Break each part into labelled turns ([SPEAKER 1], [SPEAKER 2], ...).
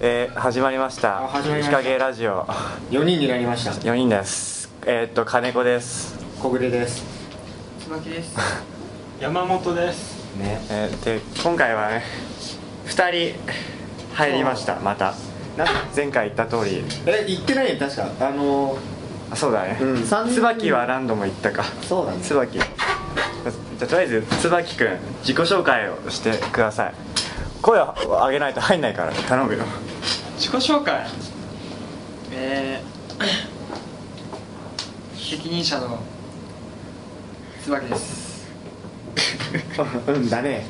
[SPEAKER 1] えー始まりました
[SPEAKER 2] あ始まりま
[SPEAKER 1] 日
[SPEAKER 2] した
[SPEAKER 1] 陰ラジオ
[SPEAKER 2] 4人になりました
[SPEAKER 1] 4人ですえー、っと金子です、
[SPEAKER 2] 小暮です
[SPEAKER 3] 椿です。 山本です。
[SPEAKER 2] ね
[SPEAKER 1] えーで今回はね2人入りましたまたな前回言った通り
[SPEAKER 2] え言ってないよ確かあのー
[SPEAKER 1] あそうだね、
[SPEAKER 2] うん三人
[SPEAKER 1] 椿は何度も言ったか
[SPEAKER 2] そうだね
[SPEAKER 1] 椿じゃあとりあえず椿くん自己紹介をしてください声を上げないと入んないから頼むよ
[SPEAKER 3] 自己紹介。えー、 責任者の椿です。
[SPEAKER 2] うん だね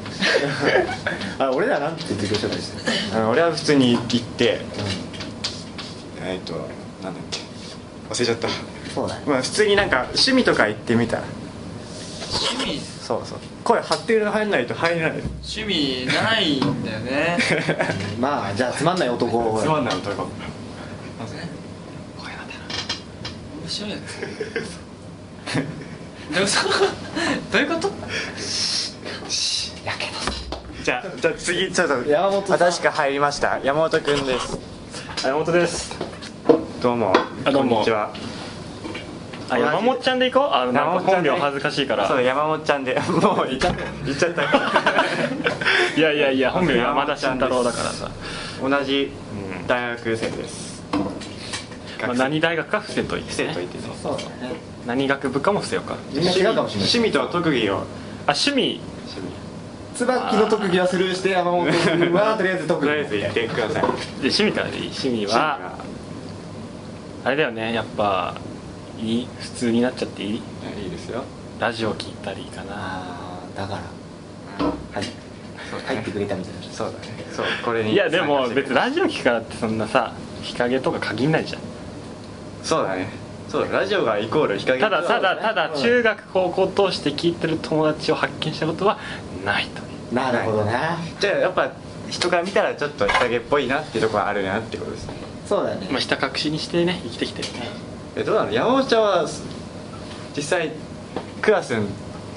[SPEAKER 2] あ俺らなんて自己紹介してる
[SPEAKER 1] あの俺は普通に行って、えーっとなんだっけ忘れちゃった
[SPEAKER 2] そうだね
[SPEAKER 1] まあ普通になんか趣味とか言ってみたら
[SPEAKER 3] 趣味
[SPEAKER 1] そうそう声張ってるの入んないと入れない
[SPEAKER 3] 趣味ないんだよね。
[SPEAKER 2] まあじゃあつまんない男を
[SPEAKER 1] つまんない男
[SPEAKER 3] 声が出ない。面白いやつ。どういうことどういうこと？
[SPEAKER 2] やけ
[SPEAKER 1] じゃあじゃあ次ちょっと
[SPEAKER 2] 山本さん
[SPEAKER 1] 私が入りました山本くんです
[SPEAKER 4] 山本です
[SPEAKER 1] どうも
[SPEAKER 4] あどうも
[SPEAKER 1] こんにちは
[SPEAKER 4] あ山本ちゃんで行こうあのなんか本名恥ずかしいから
[SPEAKER 1] そう山本ちゃんでもう言っちゃった言っちゃった
[SPEAKER 4] いやいやいや本名山田慎太郎だからさ、
[SPEAKER 1] 同じ
[SPEAKER 4] うん
[SPEAKER 1] 大学生です、
[SPEAKER 4] まあ、何大学か伏せといて、ね、
[SPEAKER 1] 生と言ってね
[SPEAKER 2] そうだね
[SPEAKER 4] 何学部かも伏せようか
[SPEAKER 2] みんな違うかもしれない
[SPEAKER 1] 趣味と特技を
[SPEAKER 4] あ趣味
[SPEAKER 1] 趣味
[SPEAKER 2] 椿の特技はスルーして山本君はとりあえず特
[SPEAKER 1] と
[SPEAKER 2] 技
[SPEAKER 1] りあえず言ってください
[SPEAKER 4] で趣味からでいい趣味はあれだよねやっぱいい普通になっちゃっていい
[SPEAKER 1] 趣味がいいですよ
[SPEAKER 4] ラジオ聞いたりかな
[SPEAKER 2] ああだからはい入ってくれたみたいな
[SPEAKER 1] そうだねそうこれに
[SPEAKER 4] いやでも
[SPEAKER 1] 参加してくれ
[SPEAKER 4] 別にラジオ聞くからってそんなさ日陰とか限んないじゃん
[SPEAKER 1] そうだねそうだラジオがイコール日陰
[SPEAKER 4] ただただ
[SPEAKER 2] ね
[SPEAKER 4] ただ
[SPEAKER 2] うん
[SPEAKER 4] 中学高校通して聞いてる友達を発見したことはないと
[SPEAKER 2] なるほどな
[SPEAKER 1] じゃあやっぱ人から見たらちょっと日陰っぽいなっていうところはあるなってことですね
[SPEAKER 2] そうだね
[SPEAKER 4] まあひた隠しにしてね生きてきてるね
[SPEAKER 1] えどうなの山本ちゃんはす実際クラス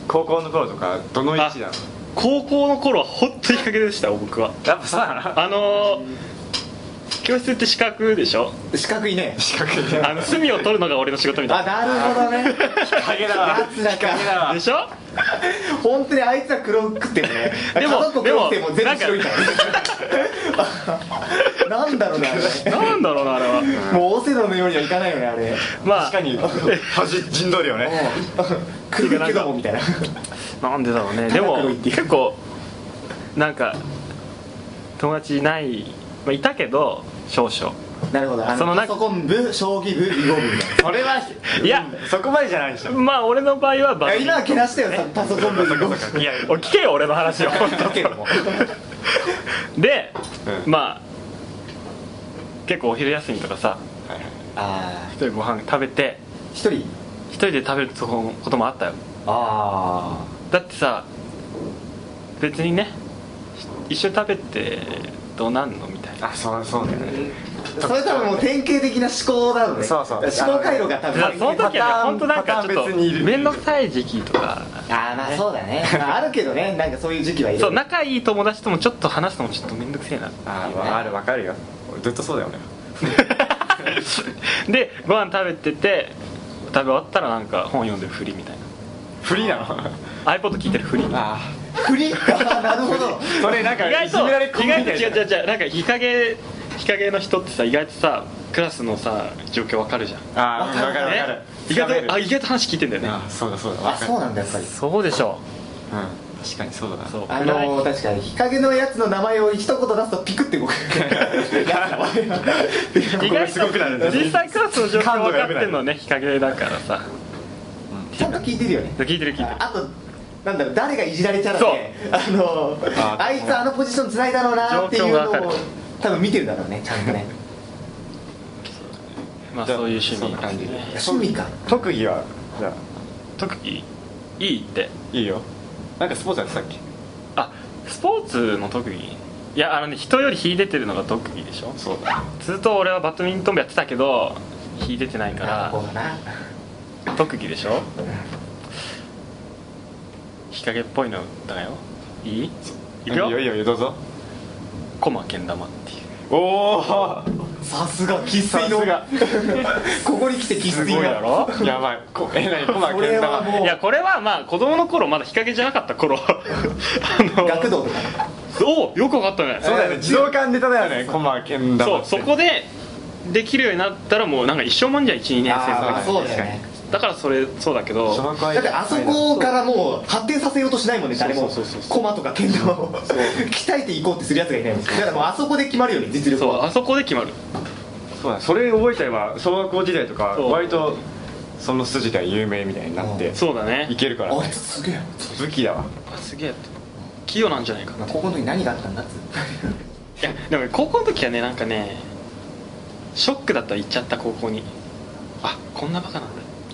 [SPEAKER 1] 高校の頃とかどの位置なの
[SPEAKER 4] 高校の頃は本当に日陰でした僕は
[SPEAKER 1] やっぱそうなの
[SPEAKER 4] あのー、教室って資格でしょ
[SPEAKER 2] 四角いね
[SPEAKER 1] 近くに
[SPEAKER 4] あの隅を取るのが俺の仕事みた
[SPEAKER 2] あ
[SPEAKER 4] い
[SPEAKER 2] なるほどね
[SPEAKER 1] 日陰だわ
[SPEAKER 2] やつらか
[SPEAKER 1] 日陰だ
[SPEAKER 4] な
[SPEAKER 1] わ
[SPEAKER 4] でしょ
[SPEAKER 2] 本当にあいつは黒くてもね
[SPEAKER 4] でも
[SPEAKER 2] 家族黒くても全部白いからなんだろうねあ
[SPEAKER 4] なんだろうなあれは
[SPEAKER 2] れもうオセロのようにはいかないよねあれ
[SPEAKER 4] ま
[SPEAKER 1] 確
[SPEAKER 4] あ
[SPEAKER 1] かに恥陣取るよね
[SPEAKER 2] 黒いけどもみたいな
[SPEAKER 4] なんでだろうねでも
[SPEAKER 2] 高く置いて
[SPEAKER 4] 結構なんか友達いない、まあ、いたけど少々
[SPEAKER 2] なるほどあ
[SPEAKER 4] そ
[SPEAKER 2] の
[SPEAKER 4] のな
[SPEAKER 2] パソコン部将棋部囲碁部みたい
[SPEAKER 1] それはい
[SPEAKER 4] や
[SPEAKER 1] そこまでじゃないでしょ
[SPEAKER 4] まあ俺の場合はバ
[SPEAKER 2] ないや
[SPEAKER 4] ドミン
[SPEAKER 2] 今はけなしたよさパソコン部囲碁部
[SPEAKER 4] いやお聞けよ俺の話を
[SPEAKER 2] けども
[SPEAKER 4] で、
[SPEAKER 1] うん
[SPEAKER 4] まあ結構お昼休みとかさ
[SPEAKER 2] あ
[SPEAKER 4] 一人ご飯食べて
[SPEAKER 2] ー一人
[SPEAKER 4] 一人で食べるとここともあったよ
[SPEAKER 2] あ
[SPEAKER 4] だってさ別にね一緒に食べてどうなんのみたいな
[SPEAKER 1] あそうそうだよね
[SPEAKER 2] あそれ多分もう典型的な思考だろね
[SPEAKER 1] そうそう
[SPEAKER 2] 思考回路が多
[SPEAKER 4] でさ
[SPEAKER 2] 分
[SPEAKER 4] その時
[SPEAKER 1] パター
[SPEAKER 4] はね
[SPEAKER 1] ン
[SPEAKER 4] 本当なんかちょ
[SPEAKER 1] パター
[SPEAKER 4] っ
[SPEAKER 1] ン
[SPEAKER 4] と
[SPEAKER 1] 別にいる
[SPEAKER 4] 面倒くさい時期とか
[SPEAKER 2] ああまあそうだねまああるけどねなんかそういう時期はいる
[SPEAKER 4] そう仲いい友達ともちょっと話すのもちょっと面倒くせ えな
[SPEAKER 1] あああるわかるよ俺ずっとそうだよね
[SPEAKER 4] でご飯食べてて食べ終わったらなんか本読んでるふりみたい
[SPEAKER 1] フリーなの
[SPEAKER 4] な iPod 聞いてるふり
[SPEAKER 1] あ
[SPEAKER 2] 振り あーなるほど
[SPEAKER 1] それなんか
[SPEAKER 4] 意外
[SPEAKER 1] いじめられっ
[SPEAKER 4] と
[SPEAKER 1] 子
[SPEAKER 4] 意
[SPEAKER 1] みた
[SPEAKER 4] 外
[SPEAKER 1] いな
[SPEAKER 4] と違う違う違うなんか日陰日陰の人ってさ意外とさクラスのさ状況わかるじゃん
[SPEAKER 1] あーわかるわかる
[SPEAKER 4] ね意外とあ意外と話聞いてんだよね
[SPEAKER 1] あそうだそうだ
[SPEAKER 2] あ
[SPEAKER 1] わかる
[SPEAKER 2] そうなんだやっぱり
[SPEAKER 4] そうでしょ
[SPEAKER 1] うん確かにそうだな
[SPEAKER 4] うそう
[SPEAKER 2] あのー、確かに日陰のやつの名前を一言出すとピクっ て動く
[SPEAKER 4] 意外
[SPEAKER 1] すごくなるんだ
[SPEAKER 4] と実際クラスの状況分かってんのね日陰だからさ
[SPEAKER 2] ちゃんと聞いてるよね
[SPEAKER 4] 聞いてる聞いてる
[SPEAKER 2] あとなんだろう誰がいじられちゃらねあのー
[SPEAKER 1] あ
[SPEAKER 2] あいつあのポジションつないだろうなっていう
[SPEAKER 4] 状況がわか
[SPEAKER 2] の
[SPEAKER 4] る
[SPEAKER 2] を多分見てるだろうねちゃんとね
[SPEAKER 4] まあそういう趣
[SPEAKER 1] そん
[SPEAKER 4] 味
[SPEAKER 1] な感じで
[SPEAKER 2] 趣味か
[SPEAKER 1] 特技はじゃあ
[SPEAKER 4] 特技いいって
[SPEAKER 1] いいよなんかスポーツやってたっけ
[SPEAKER 4] あスポーツの特技いやあのね人より秀でてるのが特技でしょ
[SPEAKER 1] そうだ
[SPEAKER 4] ずっと俺はバドミントン部やってたけど秀でてない
[SPEAKER 2] な
[SPEAKER 4] か
[SPEAKER 2] る
[SPEAKER 4] ら
[SPEAKER 2] ほどな
[SPEAKER 4] 特技でしょ日陰っぽいのだよいいいくよ
[SPEAKER 1] いいよいいよどうぞ
[SPEAKER 4] コマけん玉っていう
[SPEAKER 1] おお
[SPEAKER 2] さすが生
[SPEAKER 1] さ
[SPEAKER 2] 粋
[SPEAKER 1] す
[SPEAKER 2] の
[SPEAKER 1] が
[SPEAKER 2] ここに来て生
[SPEAKER 1] す
[SPEAKER 2] 粋
[SPEAKER 1] ごいだ
[SPEAKER 2] が
[SPEAKER 1] ろやばいこ えなにコマ
[SPEAKER 2] それ
[SPEAKER 1] 健太
[SPEAKER 2] は
[SPEAKER 1] が
[SPEAKER 2] も
[SPEAKER 4] いうやこれはまあ子供の頃まだ日陰じゃなかった頃 あの
[SPEAKER 2] 学童とか
[SPEAKER 4] おうよくわかったね
[SPEAKER 1] そうだよね自動館ネタだよねコマ健太
[SPEAKER 4] そうそこでできるようになったらもうなんか一生もんじゃん12年生
[SPEAKER 2] あ
[SPEAKER 4] だ
[SPEAKER 2] あ
[SPEAKER 1] そうだね
[SPEAKER 2] そうだよね
[SPEAKER 4] だからそれそうだけど
[SPEAKER 2] だってあそこからもう発展させようとしないもんね誰も
[SPEAKER 4] そうそうそうそ
[SPEAKER 2] コマとか剣道を鍛えていこうってするやつがいないもんだからもうあそこで決まるよね実力
[SPEAKER 4] そう
[SPEAKER 2] は
[SPEAKER 4] あそこで決まる
[SPEAKER 1] そうだそれ覚えちゃえば小学校時代とか
[SPEAKER 4] そう
[SPEAKER 1] 割とその筋が有名みたいになって
[SPEAKER 4] そうだね
[SPEAKER 1] いけるから
[SPEAKER 2] あい
[SPEAKER 1] ね
[SPEAKER 2] つすげえ
[SPEAKER 1] 武器だわ
[SPEAKER 4] あすげえ器用なんじゃないかな
[SPEAKER 2] 高校の時何があったんだっつ
[SPEAKER 4] いやでも高校の時はねなんかねショックだった行っちゃった高校にあこんなバカなんだ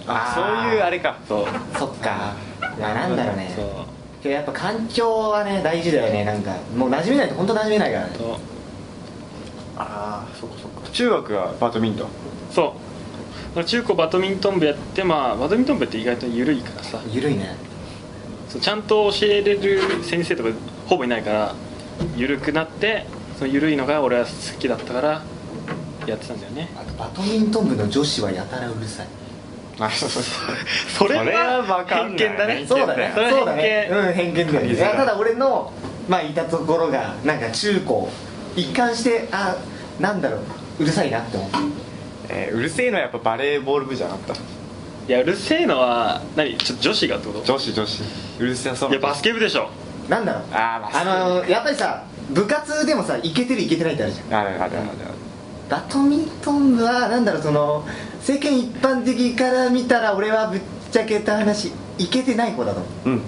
[SPEAKER 2] あー
[SPEAKER 1] そういうあれか
[SPEAKER 4] そう
[SPEAKER 2] そっかまあなんだろうね
[SPEAKER 4] そう
[SPEAKER 2] いややっぱ環境はね大事だよねなんかもう馴染めないと本当馴染めないからね
[SPEAKER 4] そう
[SPEAKER 1] ああそこそこ中学はバドミントン
[SPEAKER 4] そう中高バドミントン部やってまあバドミントン部って意外と緩いからさ
[SPEAKER 2] ゆるいね
[SPEAKER 4] そうちゃんと教えれる先生とかほぼいないから緩くなってその緩いのが俺は好きだったからやってたんだよね
[SPEAKER 2] あとバドミントン部の女子はやたらうるさい
[SPEAKER 1] あそうそうそう
[SPEAKER 4] それ
[SPEAKER 1] それは
[SPEAKER 4] は
[SPEAKER 1] わか
[SPEAKER 4] 偏
[SPEAKER 1] んない
[SPEAKER 4] 見だね
[SPEAKER 2] そうだね
[SPEAKER 4] それ
[SPEAKER 2] そう
[SPEAKER 4] は
[SPEAKER 2] だ
[SPEAKER 4] 偏
[SPEAKER 2] ね
[SPEAKER 4] 見
[SPEAKER 2] うん偏見だよね
[SPEAKER 1] い
[SPEAKER 2] い
[SPEAKER 1] や
[SPEAKER 2] やただ俺のまあいたところがなんか中高一貫してあなんだろううるさいなって思った
[SPEAKER 1] えーうるせえのはやっぱバレーボール部じゃなかっ
[SPEAKER 4] いやうるせえのは何ちょっと女子がってこ
[SPEAKER 1] た女子女子うるせえそ
[SPEAKER 4] と
[SPEAKER 1] う
[SPEAKER 4] いやバスケ部でしょ
[SPEAKER 2] なんだろう
[SPEAKER 1] あーまあ
[SPEAKER 2] のやっぱりさ部活でもさいけてるいけてないってあるじゃん
[SPEAKER 1] あれあれあれあれ
[SPEAKER 2] バドミントン部はなんだろうその世間一般的から見たら俺はぶっちゃけた話いけてない子だと思
[SPEAKER 1] うん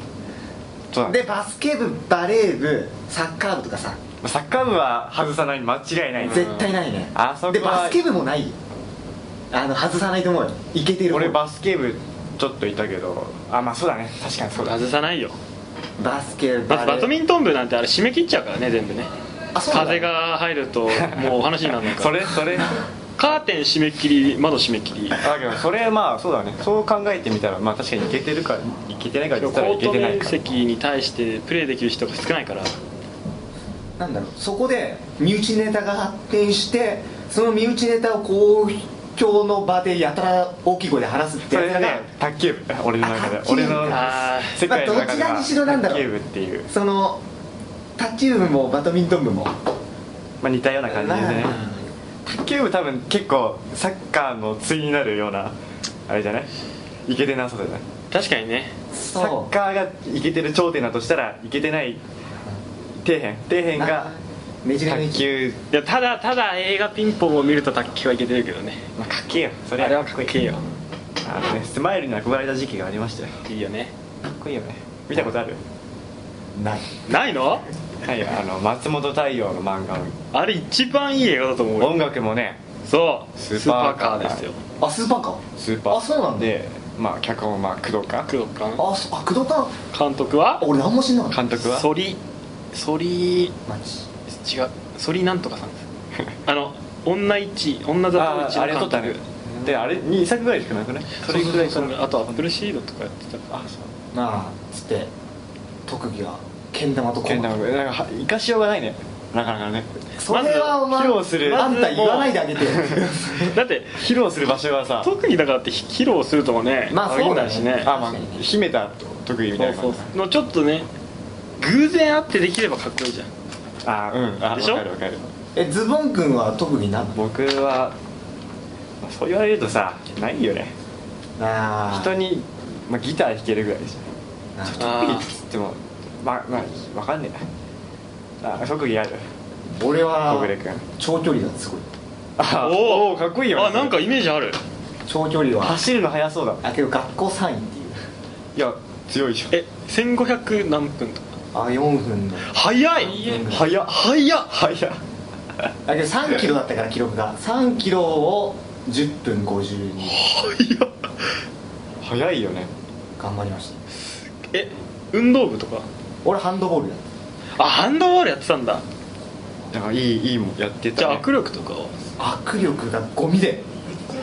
[SPEAKER 1] そうだ
[SPEAKER 2] う
[SPEAKER 1] ね
[SPEAKER 2] でバスケ部バレー部サッカー部とかさ
[SPEAKER 1] サッカー部は外さない間違いないね
[SPEAKER 2] 絶対ないね
[SPEAKER 1] あそこは
[SPEAKER 2] でバスケ部もないよあの外さないと思うよいけてる子
[SPEAKER 1] 俺バスケ部ちょっといたけどあまあそうだね確かにそうだ
[SPEAKER 4] 外さないよ
[SPEAKER 2] バスケバ
[SPEAKER 4] まず
[SPEAKER 2] レー
[SPEAKER 4] バドミントン部なんてあれ締め切っちゃうからね全部ね
[SPEAKER 2] あそうなんだ
[SPEAKER 4] 風が入るともうお話になるのか
[SPEAKER 1] それそれ
[SPEAKER 4] カーテン締め切り窓締め切り
[SPEAKER 1] だけどそれまあそうだねそう考えてみたらまあ確かにいけてるかいけてないかって
[SPEAKER 4] コ
[SPEAKER 1] 言ったらい
[SPEAKER 4] ー
[SPEAKER 1] け
[SPEAKER 4] ト
[SPEAKER 1] てない
[SPEAKER 4] 面
[SPEAKER 1] か
[SPEAKER 4] 積に対してプレーできる人が少ないから
[SPEAKER 2] なんだろうそこで身内ネタが発展してその身内ネタを公共の場でやたら大きい声で話すって
[SPEAKER 1] そ
[SPEAKER 2] や
[SPEAKER 1] れ
[SPEAKER 2] つら
[SPEAKER 1] で
[SPEAKER 2] が
[SPEAKER 1] ね卓球部俺の中で
[SPEAKER 2] あ卓球部
[SPEAKER 1] 俺の
[SPEAKER 4] あー
[SPEAKER 1] 世界の中で
[SPEAKER 2] まあどちらにしろ
[SPEAKER 1] は
[SPEAKER 2] なんだ
[SPEAKER 1] 卓
[SPEAKER 2] ろう
[SPEAKER 1] 球部っていう
[SPEAKER 2] その卓球部もバドミントン部も
[SPEAKER 1] まあ似たような感じでね
[SPEAKER 2] ま
[SPEAKER 1] 卓球部多分結構サッカーの対になるようなあれじゃないいけてなさそうじゃない
[SPEAKER 4] 確かにね
[SPEAKER 1] サ
[SPEAKER 2] そ
[SPEAKER 1] ッ
[SPEAKER 2] う
[SPEAKER 1] カーがいけてる頂点だとしたらいけてない底辺底辺が
[SPEAKER 2] メジ
[SPEAKER 1] 卓球
[SPEAKER 4] いやただただ映画ピンポンを見ると卓球はいけてるけどね
[SPEAKER 1] まあかっけえよそ
[SPEAKER 4] あ
[SPEAKER 1] れ
[SPEAKER 4] れはかっけえよ
[SPEAKER 1] あのねスマイルに憧れた時期がありましたよ
[SPEAKER 4] いいよね
[SPEAKER 1] かっこいいよね見たことある
[SPEAKER 2] ない
[SPEAKER 4] ないの
[SPEAKER 1] はいよあの松本太陽の漫画を
[SPEAKER 4] あれ一番いい映画だと思うよ
[SPEAKER 1] 音楽もね
[SPEAKER 4] そう
[SPEAKER 1] ス
[SPEAKER 4] ス
[SPEAKER 1] ー
[SPEAKER 4] ー
[SPEAKER 1] パ
[SPEAKER 4] パ
[SPEAKER 1] ー
[SPEAKER 4] ー
[SPEAKER 1] カ
[SPEAKER 4] カ
[SPEAKER 1] ー
[SPEAKER 4] ーですよ
[SPEAKER 2] あスーパーか
[SPEAKER 1] スーパー
[SPEAKER 2] あそうなんだ
[SPEAKER 1] でまあ脚本はまあ工藤か
[SPEAKER 4] 工藤官
[SPEAKER 2] あそあ工藤か
[SPEAKER 4] 監督は
[SPEAKER 2] 俺何も知んなかった
[SPEAKER 1] 監督は
[SPEAKER 4] ソリソリ違う
[SPEAKER 2] マジ
[SPEAKER 4] ソリなんとかさんですあの女一女座頭
[SPEAKER 1] あ
[SPEAKER 4] 一
[SPEAKER 1] ーあれ撮
[SPEAKER 4] の監
[SPEAKER 1] ったね
[SPEAKER 4] 督
[SPEAKER 1] であれ2作ぐらいしかなくないそ
[SPEAKER 4] そ
[SPEAKER 1] れ
[SPEAKER 4] れ
[SPEAKER 1] ぐ
[SPEAKER 4] ぐ
[SPEAKER 1] ら
[SPEAKER 4] ら
[SPEAKER 1] い
[SPEAKER 4] い
[SPEAKER 1] か
[SPEAKER 4] そ
[SPEAKER 1] な
[SPEAKER 4] のあとアップルシードとかやってたから
[SPEAKER 1] あそう
[SPEAKER 2] なあつって特技はけん玉とコ
[SPEAKER 1] けん
[SPEAKER 2] ン
[SPEAKER 1] 玉なんかは生かしようがないねなかなかね
[SPEAKER 2] それはお前、
[SPEAKER 1] まず披露する
[SPEAKER 2] あんた言わないであげてよ
[SPEAKER 4] だって
[SPEAKER 1] 披露する場所はさ
[SPEAKER 4] 特にだからって披露するともね
[SPEAKER 2] まあそうだね
[SPEAKER 4] 限らないしね
[SPEAKER 1] あまあ
[SPEAKER 2] 確かにね
[SPEAKER 1] 秘めた特技みた
[SPEAKER 4] そ
[SPEAKER 1] いうな
[SPEAKER 4] そ
[SPEAKER 1] 感
[SPEAKER 4] う
[SPEAKER 1] じ
[SPEAKER 4] のちょっとね偶然あってできればかっこいいじゃん
[SPEAKER 1] あーうんあ
[SPEAKER 4] でしょ
[SPEAKER 1] わかるわかる
[SPEAKER 2] えズボン君は特技なんの
[SPEAKER 1] 僕はまあそう言われるとさないよね
[SPEAKER 2] あ
[SPEAKER 1] 人に、まあ、ギター弾けるぐらいでしょ
[SPEAKER 2] なるほど
[SPEAKER 4] あ
[SPEAKER 1] 特技っつってもまあまあわかんねえなあ特技ある
[SPEAKER 2] 俺は
[SPEAKER 1] 小暮君
[SPEAKER 2] 長距離だすごい
[SPEAKER 1] あおおかっこいいよね
[SPEAKER 4] あなんかイメージある
[SPEAKER 2] 長距離は
[SPEAKER 1] 走るの速そうだ
[SPEAKER 2] あけど学校3位っていう
[SPEAKER 1] いや強いじゃん
[SPEAKER 4] え1500何分とか
[SPEAKER 2] あ4分の
[SPEAKER 4] 早い
[SPEAKER 1] 速っ速っ速っ
[SPEAKER 2] だけど3キロだったから記録が3キロを10分52
[SPEAKER 4] 早っ
[SPEAKER 1] 速いよね
[SPEAKER 2] 頑張りました
[SPEAKER 4] え運動部とか
[SPEAKER 2] 俺ハンドボールだ
[SPEAKER 4] あハンドボールやってたんだ
[SPEAKER 1] だからいいいいもんやってた、ね、
[SPEAKER 4] じゃあ握力とかは
[SPEAKER 2] 握力がゴミで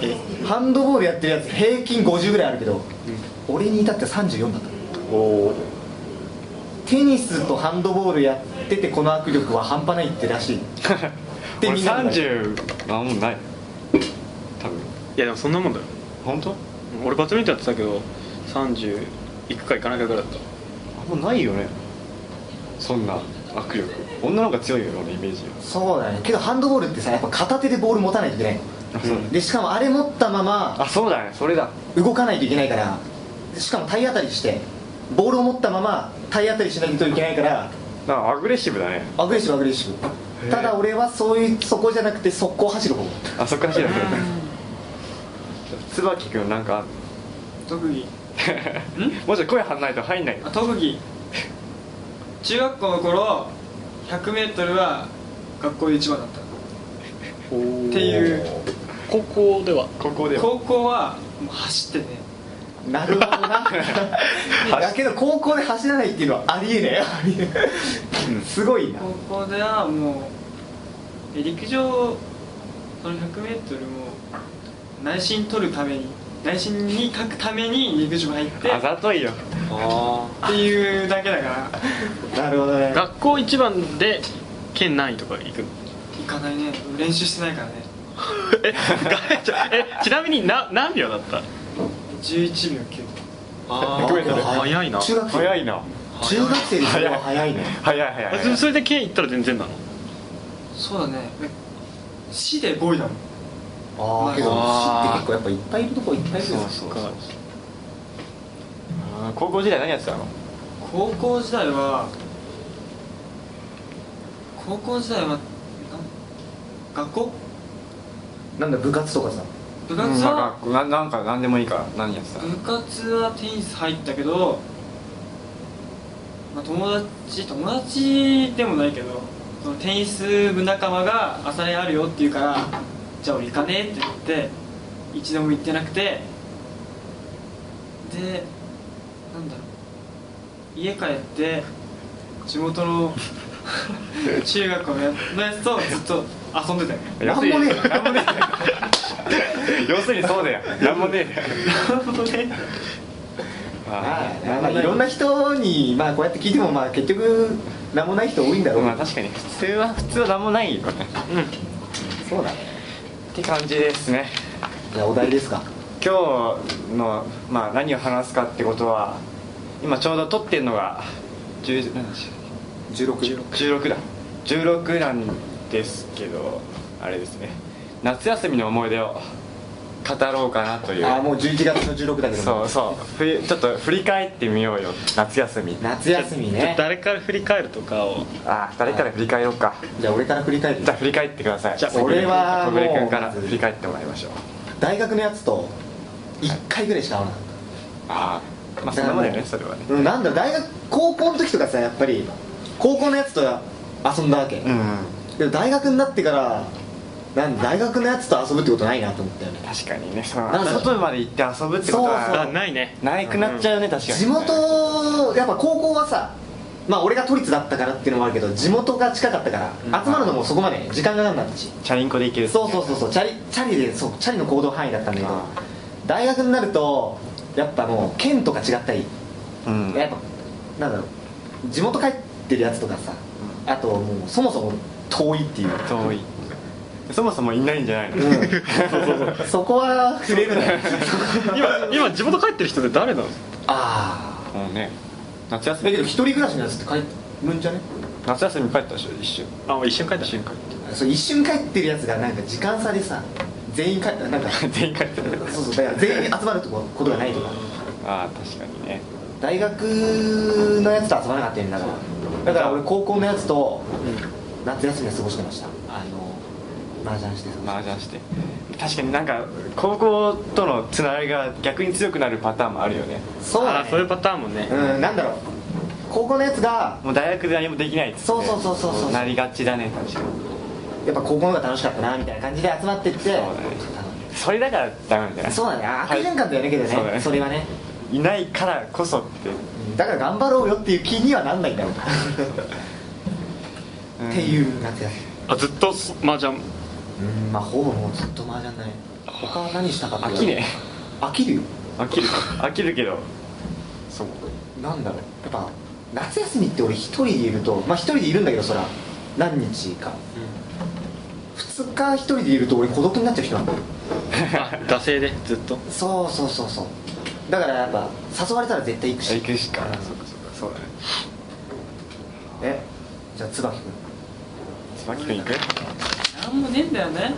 [SPEAKER 4] え
[SPEAKER 2] ハンドボールやってるやつ平均50ぐらいあるけど、俺に至っては34だった
[SPEAKER 1] おお
[SPEAKER 2] テニスとハンドボールやっててこの握力は半端ないってらしいて
[SPEAKER 1] 俺
[SPEAKER 2] みんなで
[SPEAKER 1] 30はもうない多分
[SPEAKER 4] いやでもそんなもんだよ
[SPEAKER 1] 本当
[SPEAKER 4] 俺バドミントンやってたけど30いくかいかないかぐらいだった
[SPEAKER 1] あんまないよねそんな握力女の方が強いよ俺イメージは
[SPEAKER 2] そうだねけどハンドボールってさやっぱ片手でボール持たないといけないの
[SPEAKER 1] あそうだね
[SPEAKER 2] でしかもあれ持ったまま
[SPEAKER 1] あそうだねそれだ
[SPEAKER 2] 動かないといけないからしかも体当たりしてボールを持ったまま体当たりしないといけないから
[SPEAKER 1] だからアグレッシブだね
[SPEAKER 2] アグレッシブアグレッシブただ俺はそういうそこじゃなくて速攻走る方
[SPEAKER 1] あそっからしらけ椿君なんかあんの
[SPEAKER 3] 特技
[SPEAKER 1] もうちょい声張んないと入んないよ
[SPEAKER 3] あ特技中学校の頃 100m は学校で一番だった
[SPEAKER 4] って
[SPEAKER 3] いう
[SPEAKER 4] 高校では
[SPEAKER 1] 高校では
[SPEAKER 3] 高校はもう走ってね
[SPEAKER 2] なるほど なだけど高校で走らないっていうのはありえないありえないすごいな
[SPEAKER 3] 高校ではもうえ陸上その 100m も内心取るために内心に書くために陸上部入って
[SPEAKER 1] あざといよ
[SPEAKER 3] っていうだけだから
[SPEAKER 2] なるほどね
[SPEAKER 4] 学校一番で県何位とか行くの
[SPEAKER 3] 行かないね練習してないからね
[SPEAKER 4] えがちょえちなみにな何秒だった
[SPEAKER 3] 11秒9
[SPEAKER 4] あ
[SPEAKER 1] ー
[SPEAKER 4] 早いな
[SPEAKER 2] 中学生
[SPEAKER 1] 早いな
[SPEAKER 2] 中学生でそれは早いね
[SPEAKER 1] 早い早い早
[SPEAKER 4] そ
[SPEAKER 1] い
[SPEAKER 4] それで県行ったら全然なの
[SPEAKER 3] そうだねえ市で5位だもん
[SPEAKER 2] ああけど市って結構やっぱいっぱいいるとこいっぱいいる
[SPEAKER 1] そう
[SPEAKER 2] よ
[SPEAKER 1] そうそうあー高校時代何やってたの
[SPEAKER 3] 高校時代は高校時代はな学校
[SPEAKER 2] なんだ部活とかさ
[SPEAKER 3] 部
[SPEAKER 1] うん
[SPEAKER 3] 活
[SPEAKER 1] まあ
[SPEAKER 3] は、
[SPEAKER 1] 学校ななんか何でもいいから何やってたの
[SPEAKER 3] 部活はテニス入ったけど、まあ、友達友達でもないけどそのテニス部仲間が朝練あるよって言うからじゃあ俺行かねえって言って一度も行ってなくてでなんだろう家帰って地元の 中学校のやのやつとずっと遊んでたよ
[SPEAKER 1] 要する
[SPEAKER 2] なんも
[SPEAKER 1] に
[SPEAKER 2] ね
[SPEAKER 1] な
[SPEAKER 2] え
[SPEAKER 1] んもねえ要するにそうだよなんもねえ あー
[SPEAKER 2] まあいろんな人にまあこうやって聞いてもまあ結局名もない人多いんだろう
[SPEAKER 1] まあ確かに普通は普通は何もないよね
[SPEAKER 2] そうだね
[SPEAKER 1] って感じですね
[SPEAKER 2] じゃあお題ですか
[SPEAKER 1] 今日の、まあ、何を話すかってことは今ちょうど撮ってるのが10何でしたっ
[SPEAKER 2] 16
[SPEAKER 1] け16だ16なんですけどあれですね夏休みの思い出を語ろうかなという
[SPEAKER 2] ああもう11月の16だけど
[SPEAKER 1] そうそう冬ちょっと振り返ってみようよ夏休み
[SPEAKER 2] 夏休み
[SPEAKER 4] ちょっ
[SPEAKER 2] ね
[SPEAKER 4] と誰から振り返るとかを
[SPEAKER 1] ああ誰から振り返ろうか
[SPEAKER 2] じゃあ俺から振り返る
[SPEAKER 1] じゃあ振り返ってください
[SPEAKER 4] じゃあ
[SPEAKER 2] 俺は
[SPEAKER 1] 小暮君から
[SPEAKER 2] もう
[SPEAKER 1] 振り返ってもらいましょう
[SPEAKER 2] 大学のやつと1回ぐらいしか会わなかっ
[SPEAKER 1] ああまあそんなもんだよねそれはね
[SPEAKER 2] た、うん、なんだ大学高校の時とかさやっぱり高校のやつと遊んだわ
[SPEAKER 1] う
[SPEAKER 2] け、
[SPEAKER 1] ん
[SPEAKER 2] でも大学になってからなん大学のやつと遊ぶってことないなと思ったよね
[SPEAKER 1] 確かにねそ
[SPEAKER 2] なん
[SPEAKER 1] の
[SPEAKER 2] か
[SPEAKER 1] 外まで行って遊ぶってこと
[SPEAKER 2] そうそう
[SPEAKER 1] は
[SPEAKER 4] あないね
[SPEAKER 1] ないくなっちゃうよね確かに
[SPEAKER 2] 地元やっぱ高校はさまあ俺が都立だったからっていうのもあるけど地元が近かったから、
[SPEAKER 1] ん
[SPEAKER 2] 集まるのもそこまで時間がかかんなかったし
[SPEAKER 1] チャリンコで行ける
[SPEAKER 2] そうそうそうそうチャリチャリでそうチャリの行動範囲だったんだけど
[SPEAKER 1] あ
[SPEAKER 2] 大学になるとやっぱもう県とか違ったり、
[SPEAKER 1] う、うん、
[SPEAKER 2] やっぱなんだろう地元帰ってるやつとかさ、あともうそもそも遠いっていう、
[SPEAKER 1] 遠いそもそもいないんじゃないの、
[SPEAKER 2] うん、そうそうそこは触れるな
[SPEAKER 4] 今今地元帰ってる人って誰なの
[SPEAKER 2] ああ
[SPEAKER 1] もうね夏休
[SPEAKER 2] だけど
[SPEAKER 1] み
[SPEAKER 2] 一人暮らしのやつって帰るんじゃね
[SPEAKER 1] 夏休み帰ったでしょ一瞬
[SPEAKER 4] あもう一瞬帰った一瞬帰っ
[SPEAKER 2] そう一瞬帰ってるやつがなんか時間差でさ全員帰ったなんか
[SPEAKER 1] 全員帰ってる
[SPEAKER 2] そうそうだから全員集まるとこことがないとか
[SPEAKER 1] ああ確かにね
[SPEAKER 2] 大学のやつと集まらなかったよねだからだから俺高校のやつと夏休みは過ごしてましたあの麻雀して
[SPEAKER 1] 麻雀して確かになんか高校とのつながりが逆に強くなるパターンもあるよね
[SPEAKER 2] そう
[SPEAKER 4] あ
[SPEAKER 2] だ、
[SPEAKER 4] あ
[SPEAKER 2] ね、
[SPEAKER 4] そういうパターンもね、
[SPEAKER 2] うんなんだろう高校のやつが
[SPEAKER 1] もう大学で何もできないっつって
[SPEAKER 2] そうそうそうそうそう
[SPEAKER 1] なりがちだね確かに
[SPEAKER 2] やっぱ高校の方が楽しかったなみたいな感じで集まってってそう
[SPEAKER 1] だねそれだからダメなんじゃない
[SPEAKER 2] そうだねあ悪循環だよねけどね,、
[SPEAKER 1] そうだね
[SPEAKER 2] それはね
[SPEAKER 1] いないからこそって
[SPEAKER 2] うんだから頑張ろうよっていう気にはなんないんだろうっていう夏休み
[SPEAKER 4] あずっと麻雀
[SPEAKER 2] うんまあほぼもうずっと麻雀だね他は何したかって
[SPEAKER 1] 飽きね
[SPEAKER 2] 飽きるよ
[SPEAKER 1] 飽きる飽きるけどそう
[SPEAKER 2] なんだろうやっぱ夏休みって俺一人でいるとまあ一人でいるんだけどそら何日か、 2日一人でいると俺孤独になっちゃう人なんだよ
[SPEAKER 4] あ惰性でずっと
[SPEAKER 2] そうそうそうそうだからやっぱ誘われたら絶対行くし
[SPEAKER 1] 行くしか
[SPEAKER 5] そっかそっかそうだね
[SPEAKER 2] えじゃあ椿君
[SPEAKER 1] 椿君行く
[SPEAKER 3] なんもねえんだよね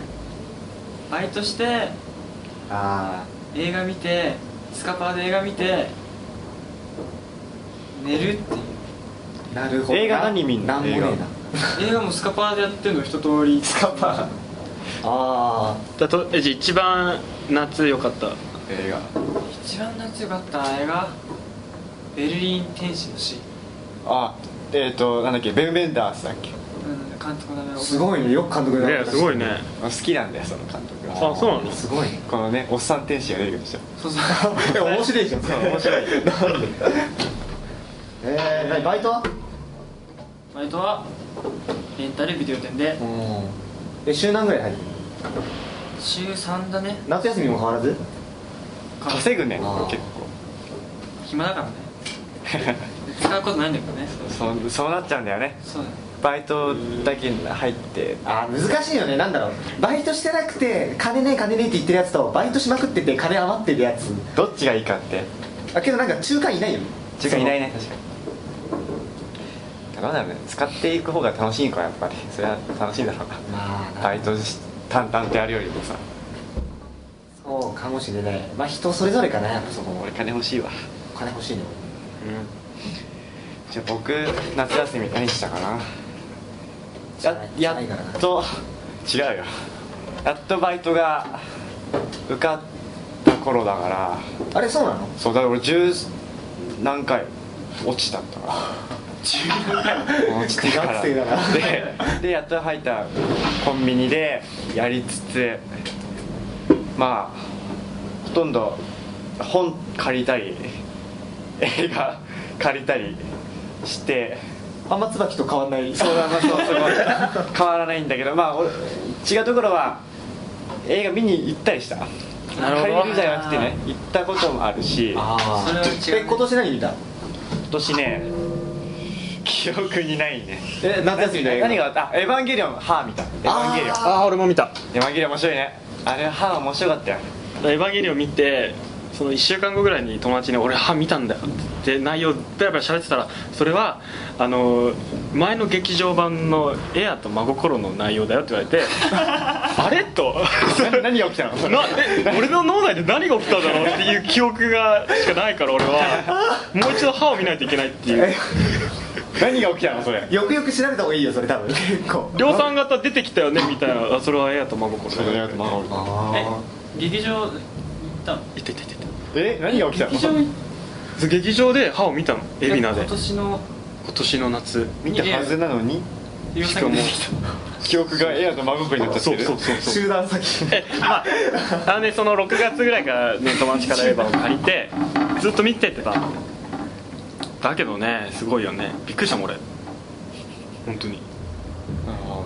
[SPEAKER 3] バイトして
[SPEAKER 2] あ
[SPEAKER 3] 映画見てスカパーで映画見て寝るっていう
[SPEAKER 2] あなるほどな
[SPEAKER 1] 映画何見んの
[SPEAKER 2] なんもねえな
[SPEAKER 1] 映画
[SPEAKER 3] 映画もスカパーでやってんの一通りスカパ
[SPEAKER 2] あ
[SPEAKER 4] だとえじゃあ一番夏良かった
[SPEAKER 1] 映画
[SPEAKER 3] ー一番夏よかった映画ベルリン天使の死
[SPEAKER 1] あえっ、ー、となんだっけベン・ベンダースだっけ
[SPEAKER 3] うん監督の名前
[SPEAKER 2] あ
[SPEAKER 3] を
[SPEAKER 2] すごいねよく監督になった
[SPEAKER 4] ねすごいね
[SPEAKER 1] 好きなんだよその監督
[SPEAKER 4] あ
[SPEAKER 1] が
[SPEAKER 4] そうなの
[SPEAKER 2] すごいね
[SPEAKER 1] このねおっさん天使が出てくるでしょ
[SPEAKER 3] そうそう
[SPEAKER 2] え面白いじゃん面白いえー、何バイトは
[SPEAKER 3] バイトはレンタルビデオ店で
[SPEAKER 2] うんえ週何ぐらい入る
[SPEAKER 3] 週3だね
[SPEAKER 2] 夏休みも変わらず
[SPEAKER 1] 稼ぐね結
[SPEAKER 2] あー
[SPEAKER 1] 構
[SPEAKER 3] 暇だからね使うことないんだけどね
[SPEAKER 1] そうそうなっちゃうんだよね
[SPEAKER 3] そうだね
[SPEAKER 1] バイトだけ入って
[SPEAKER 2] あー難しいよねなんだろうバイトしてなくて金ねえ金ねえって言ってるやつとバイトしまくってて金余ってるやつ
[SPEAKER 1] どっちがいいかって
[SPEAKER 2] あけどなんか中間いないよね
[SPEAKER 1] 時間いないね確かにどうだろうね使っていく方が楽しいからやっぱりそれは楽しいだろうな
[SPEAKER 2] まあ
[SPEAKER 1] バイトし淡々とやるよりもさ
[SPEAKER 2] そうかもしれないまあ人それぞれかなやっぱそこ
[SPEAKER 1] 俺金欲しいわ
[SPEAKER 2] お金欲しいね
[SPEAKER 1] じゃあ僕夏休み何したかなや
[SPEAKER 2] じゃ
[SPEAKER 1] や
[SPEAKER 2] ないからな
[SPEAKER 1] っと違うよやっとバイトが受かった頃だから
[SPEAKER 2] あれそうなの
[SPEAKER 1] そうだから俺十何回落ちたんだから落ちてか
[SPEAKER 2] 苦
[SPEAKER 1] ら
[SPEAKER 2] 学生だな
[SPEAKER 1] ででやっと入ったコンビニでやりつつまあほとんど本借りたり映画借りたりして
[SPEAKER 2] あんま椿と変わんない
[SPEAKER 1] そうだまあそうそう変わらないんだけどまあ俺違うところは映画見に行ったりした
[SPEAKER 4] なるほど
[SPEAKER 1] 借りるじゃなくてね行ったこともあるし
[SPEAKER 2] あ
[SPEAKER 3] それは違
[SPEAKER 2] え
[SPEAKER 3] う
[SPEAKER 2] 今年何見た
[SPEAKER 1] 今年ね記憶にないね
[SPEAKER 2] え夏休みの映画
[SPEAKER 1] 何があったあエヴァンゲリオン歯見たエヴァンゲリオン
[SPEAKER 4] ああ俺も見た
[SPEAKER 1] エヴァンゲリオン面白いねあれ歯面白かったよ
[SPEAKER 4] エヴァンゲリオン見てその1週間後ぐらいに友達に「俺歯見たんだよ」って内容ペラペラ喋ってたらそれはあの前の劇場版の「エアと真心」の内容だよって言われ てあれ と
[SPEAKER 1] 何が起きたの
[SPEAKER 4] なえ俺の脳内で何が起きたんだろうっていう記憶がしかないから俺 はもう一度歯を見ないといけないっていう
[SPEAKER 1] 何が起きたのそれ
[SPEAKER 2] よくよく調べた方がいいよそれ多分結構
[SPEAKER 4] 量産型出てきたよねみたいなあそれはエアと真心だよ
[SPEAKER 3] え
[SPEAKER 2] あ
[SPEAKER 3] 劇場行ったの
[SPEAKER 4] いたいたいたいた
[SPEAKER 1] え何が起きたの
[SPEAKER 3] 劇場行っ
[SPEAKER 4] そう劇場で歯を見たの
[SPEAKER 3] た
[SPEAKER 4] 海老名
[SPEAKER 3] 今
[SPEAKER 4] で
[SPEAKER 3] 年の
[SPEAKER 4] 今年の夏
[SPEAKER 1] 見たはずなのに
[SPEAKER 3] 優
[SPEAKER 4] しか
[SPEAKER 3] 作
[SPEAKER 4] も
[SPEAKER 3] 出てきた
[SPEAKER 1] 記憶がエアと真心になっちゃって
[SPEAKER 4] そう
[SPEAKER 1] る
[SPEAKER 4] そうそうそう
[SPEAKER 2] 集団先
[SPEAKER 4] えまああのねその6月ぐらいからね友達からエヴァを借りてずっと見ててただけどねすごいよねびっくりしたもん俺本当に
[SPEAKER 1] あ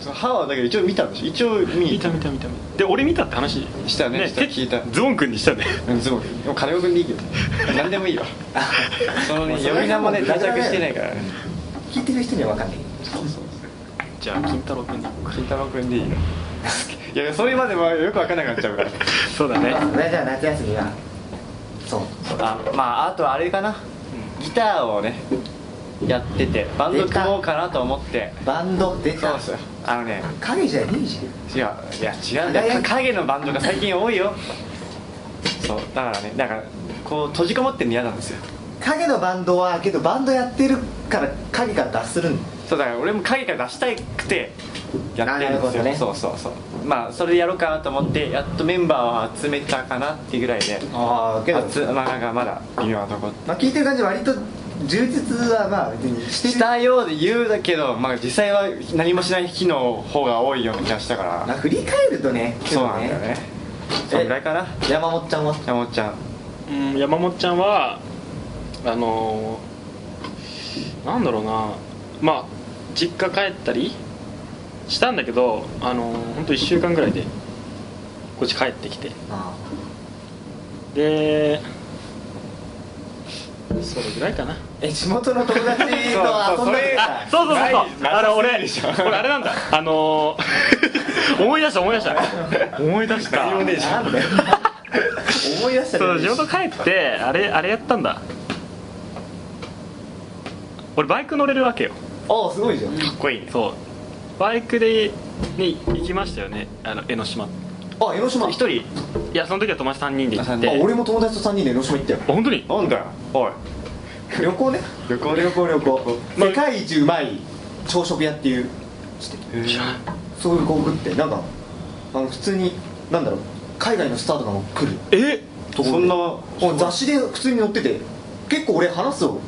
[SPEAKER 1] ーその歯はだけど一応見たんでしょ一応見に
[SPEAKER 4] 見
[SPEAKER 1] 行
[SPEAKER 4] た
[SPEAKER 1] っ
[SPEAKER 4] 見た見た見たで俺見たって話
[SPEAKER 1] したねした
[SPEAKER 4] て
[SPEAKER 1] 聞いた
[SPEAKER 4] ズボン君にしたね
[SPEAKER 1] たうんすごいでも金子君でいいけど何でもいいよそのね呼び名もね
[SPEAKER 2] もうそれ
[SPEAKER 1] 脱
[SPEAKER 2] はもう
[SPEAKER 1] 着してないからね
[SPEAKER 2] 聞いてる人には分かんない
[SPEAKER 4] じゃあ金太郎君に行こうか
[SPEAKER 1] 金太郎君でいいよいやそれまではよく分かんなくなっちゃうから
[SPEAKER 4] そうだね
[SPEAKER 2] それじゃあ夏休みはそう
[SPEAKER 1] あまああとはあれかなギターをねやっててバンド組もうかなと思って
[SPEAKER 2] バンド出
[SPEAKER 1] そう
[SPEAKER 2] た
[SPEAKER 1] そうあのね
[SPEAKER 2] 影じゃねえじ
[SPEAKER 1] 違ういや違うんだよか影のバンドが最近多いよそうだからねだからこう閉じこもってんの嫌なんですよ
[SPEAKER 2] ゃん影のバンドはけどバンドやってるから影から脱するん
[SPEAKER 1] そうだから俺も影から出したくてやってるんですよ、
[SPEAKER 2] あなるほどね
[SPEAKER 1] そうそうそうまあそれでやろうかなと思ってやっとメンバーを集めたかなっていうぐらいで
[SPEAKER 2] ああけど
[SPEAKER 1] 集まあなんかまだ微妙なとこ
[SPEAKER 2] まあ聞いてる感じ割と充実はまあ別にしてる
[SPEAKER 1] したようで言うだけど、まあ、実際は何もしない日の方が多いような気がしたから
[SPEAKER 2] まあ振り返るとねけ
[SPEAKER 1] そう
[SPEAKER 2] ど
[SPEAKER 1] なんだよね
[SPEAKER 2] え
[SPEAKER 1] そんぐらいかな
[SPEAKER 2] 山本ちゃんは
[SPEAKER 1] 山本ちゃん
[SPEAKER 4] うん山本ちゃんはあのーなんだろうなまあ実家帰ったりしたんだけどあのー、ほんと1週間ぐらいでこっち帰ってきて
[SPEAKER 2] あ
[SPEAKER 4] でそれぐらいかな
[SPEAKER 2] ーえ地元の友達と遊んだ
[SPEAKER 1] そうそうそれ
[SPEAKER 2] 時
[SPEAKER 4] そうそうそうそう
[SPEAKER 1] ない
[SPEAKER 4] あれ
[SPEAKER 1] な
[SPEAKER 4] 俺
[SPEAKER 1] いでしょ
[SPEAKER 4] 俺あれなんだあのー 思い出した思い出した思い出した
[SPEAKER 1] 何もねえじゃん
[SPEAKER 2] なんだよ 思い出した
[SPEAKER 4] そう地
[SPEAKER 2] ね
[SPEAKER 4] 元帰ってあれあれやったんだ俺バイク乗れるわけよ
[SPEAKER 2] あすごいじゃん
[SPEAKER 1] っこいいね
[SPEAKER 4] そうバイクでに行きましたよねあの江ノ島
[SPEAKER 2] あ江ノ島
[SPEAKER 4] 一人いやその時は友達3人で行っ
[SPEAKER 1] あ
[SPEAKER 4] て
[SPEAKER 2] あ
[SPEAKER 4] あ
[SPEAKER 2] 俺も友達と3人で江ノ島行ったよ
[SPEAKER 4] 本当に
[SPEAKER 1] なんだよおい
[SPEAKER 2] 旅行ね
[SPEAKER 1] 旅行
[SPEAKER 2] 旅行旅行
[SPEAKER 4] まあ
[SPEAKER 2] 世界一うまい朝食屋っていう知ってる
[SPEAKER 4] 知らない
[SPEAKER 2] そういうこう食ってなんかあの普通になんだろう海外のスターとかも来る
[SPEAKER 4] え
[SPEAKER 2] ところで
[SPEAKER 1] そんな
[SPEAKER 2] お雑誌で普通に載ってて結構俺話すよ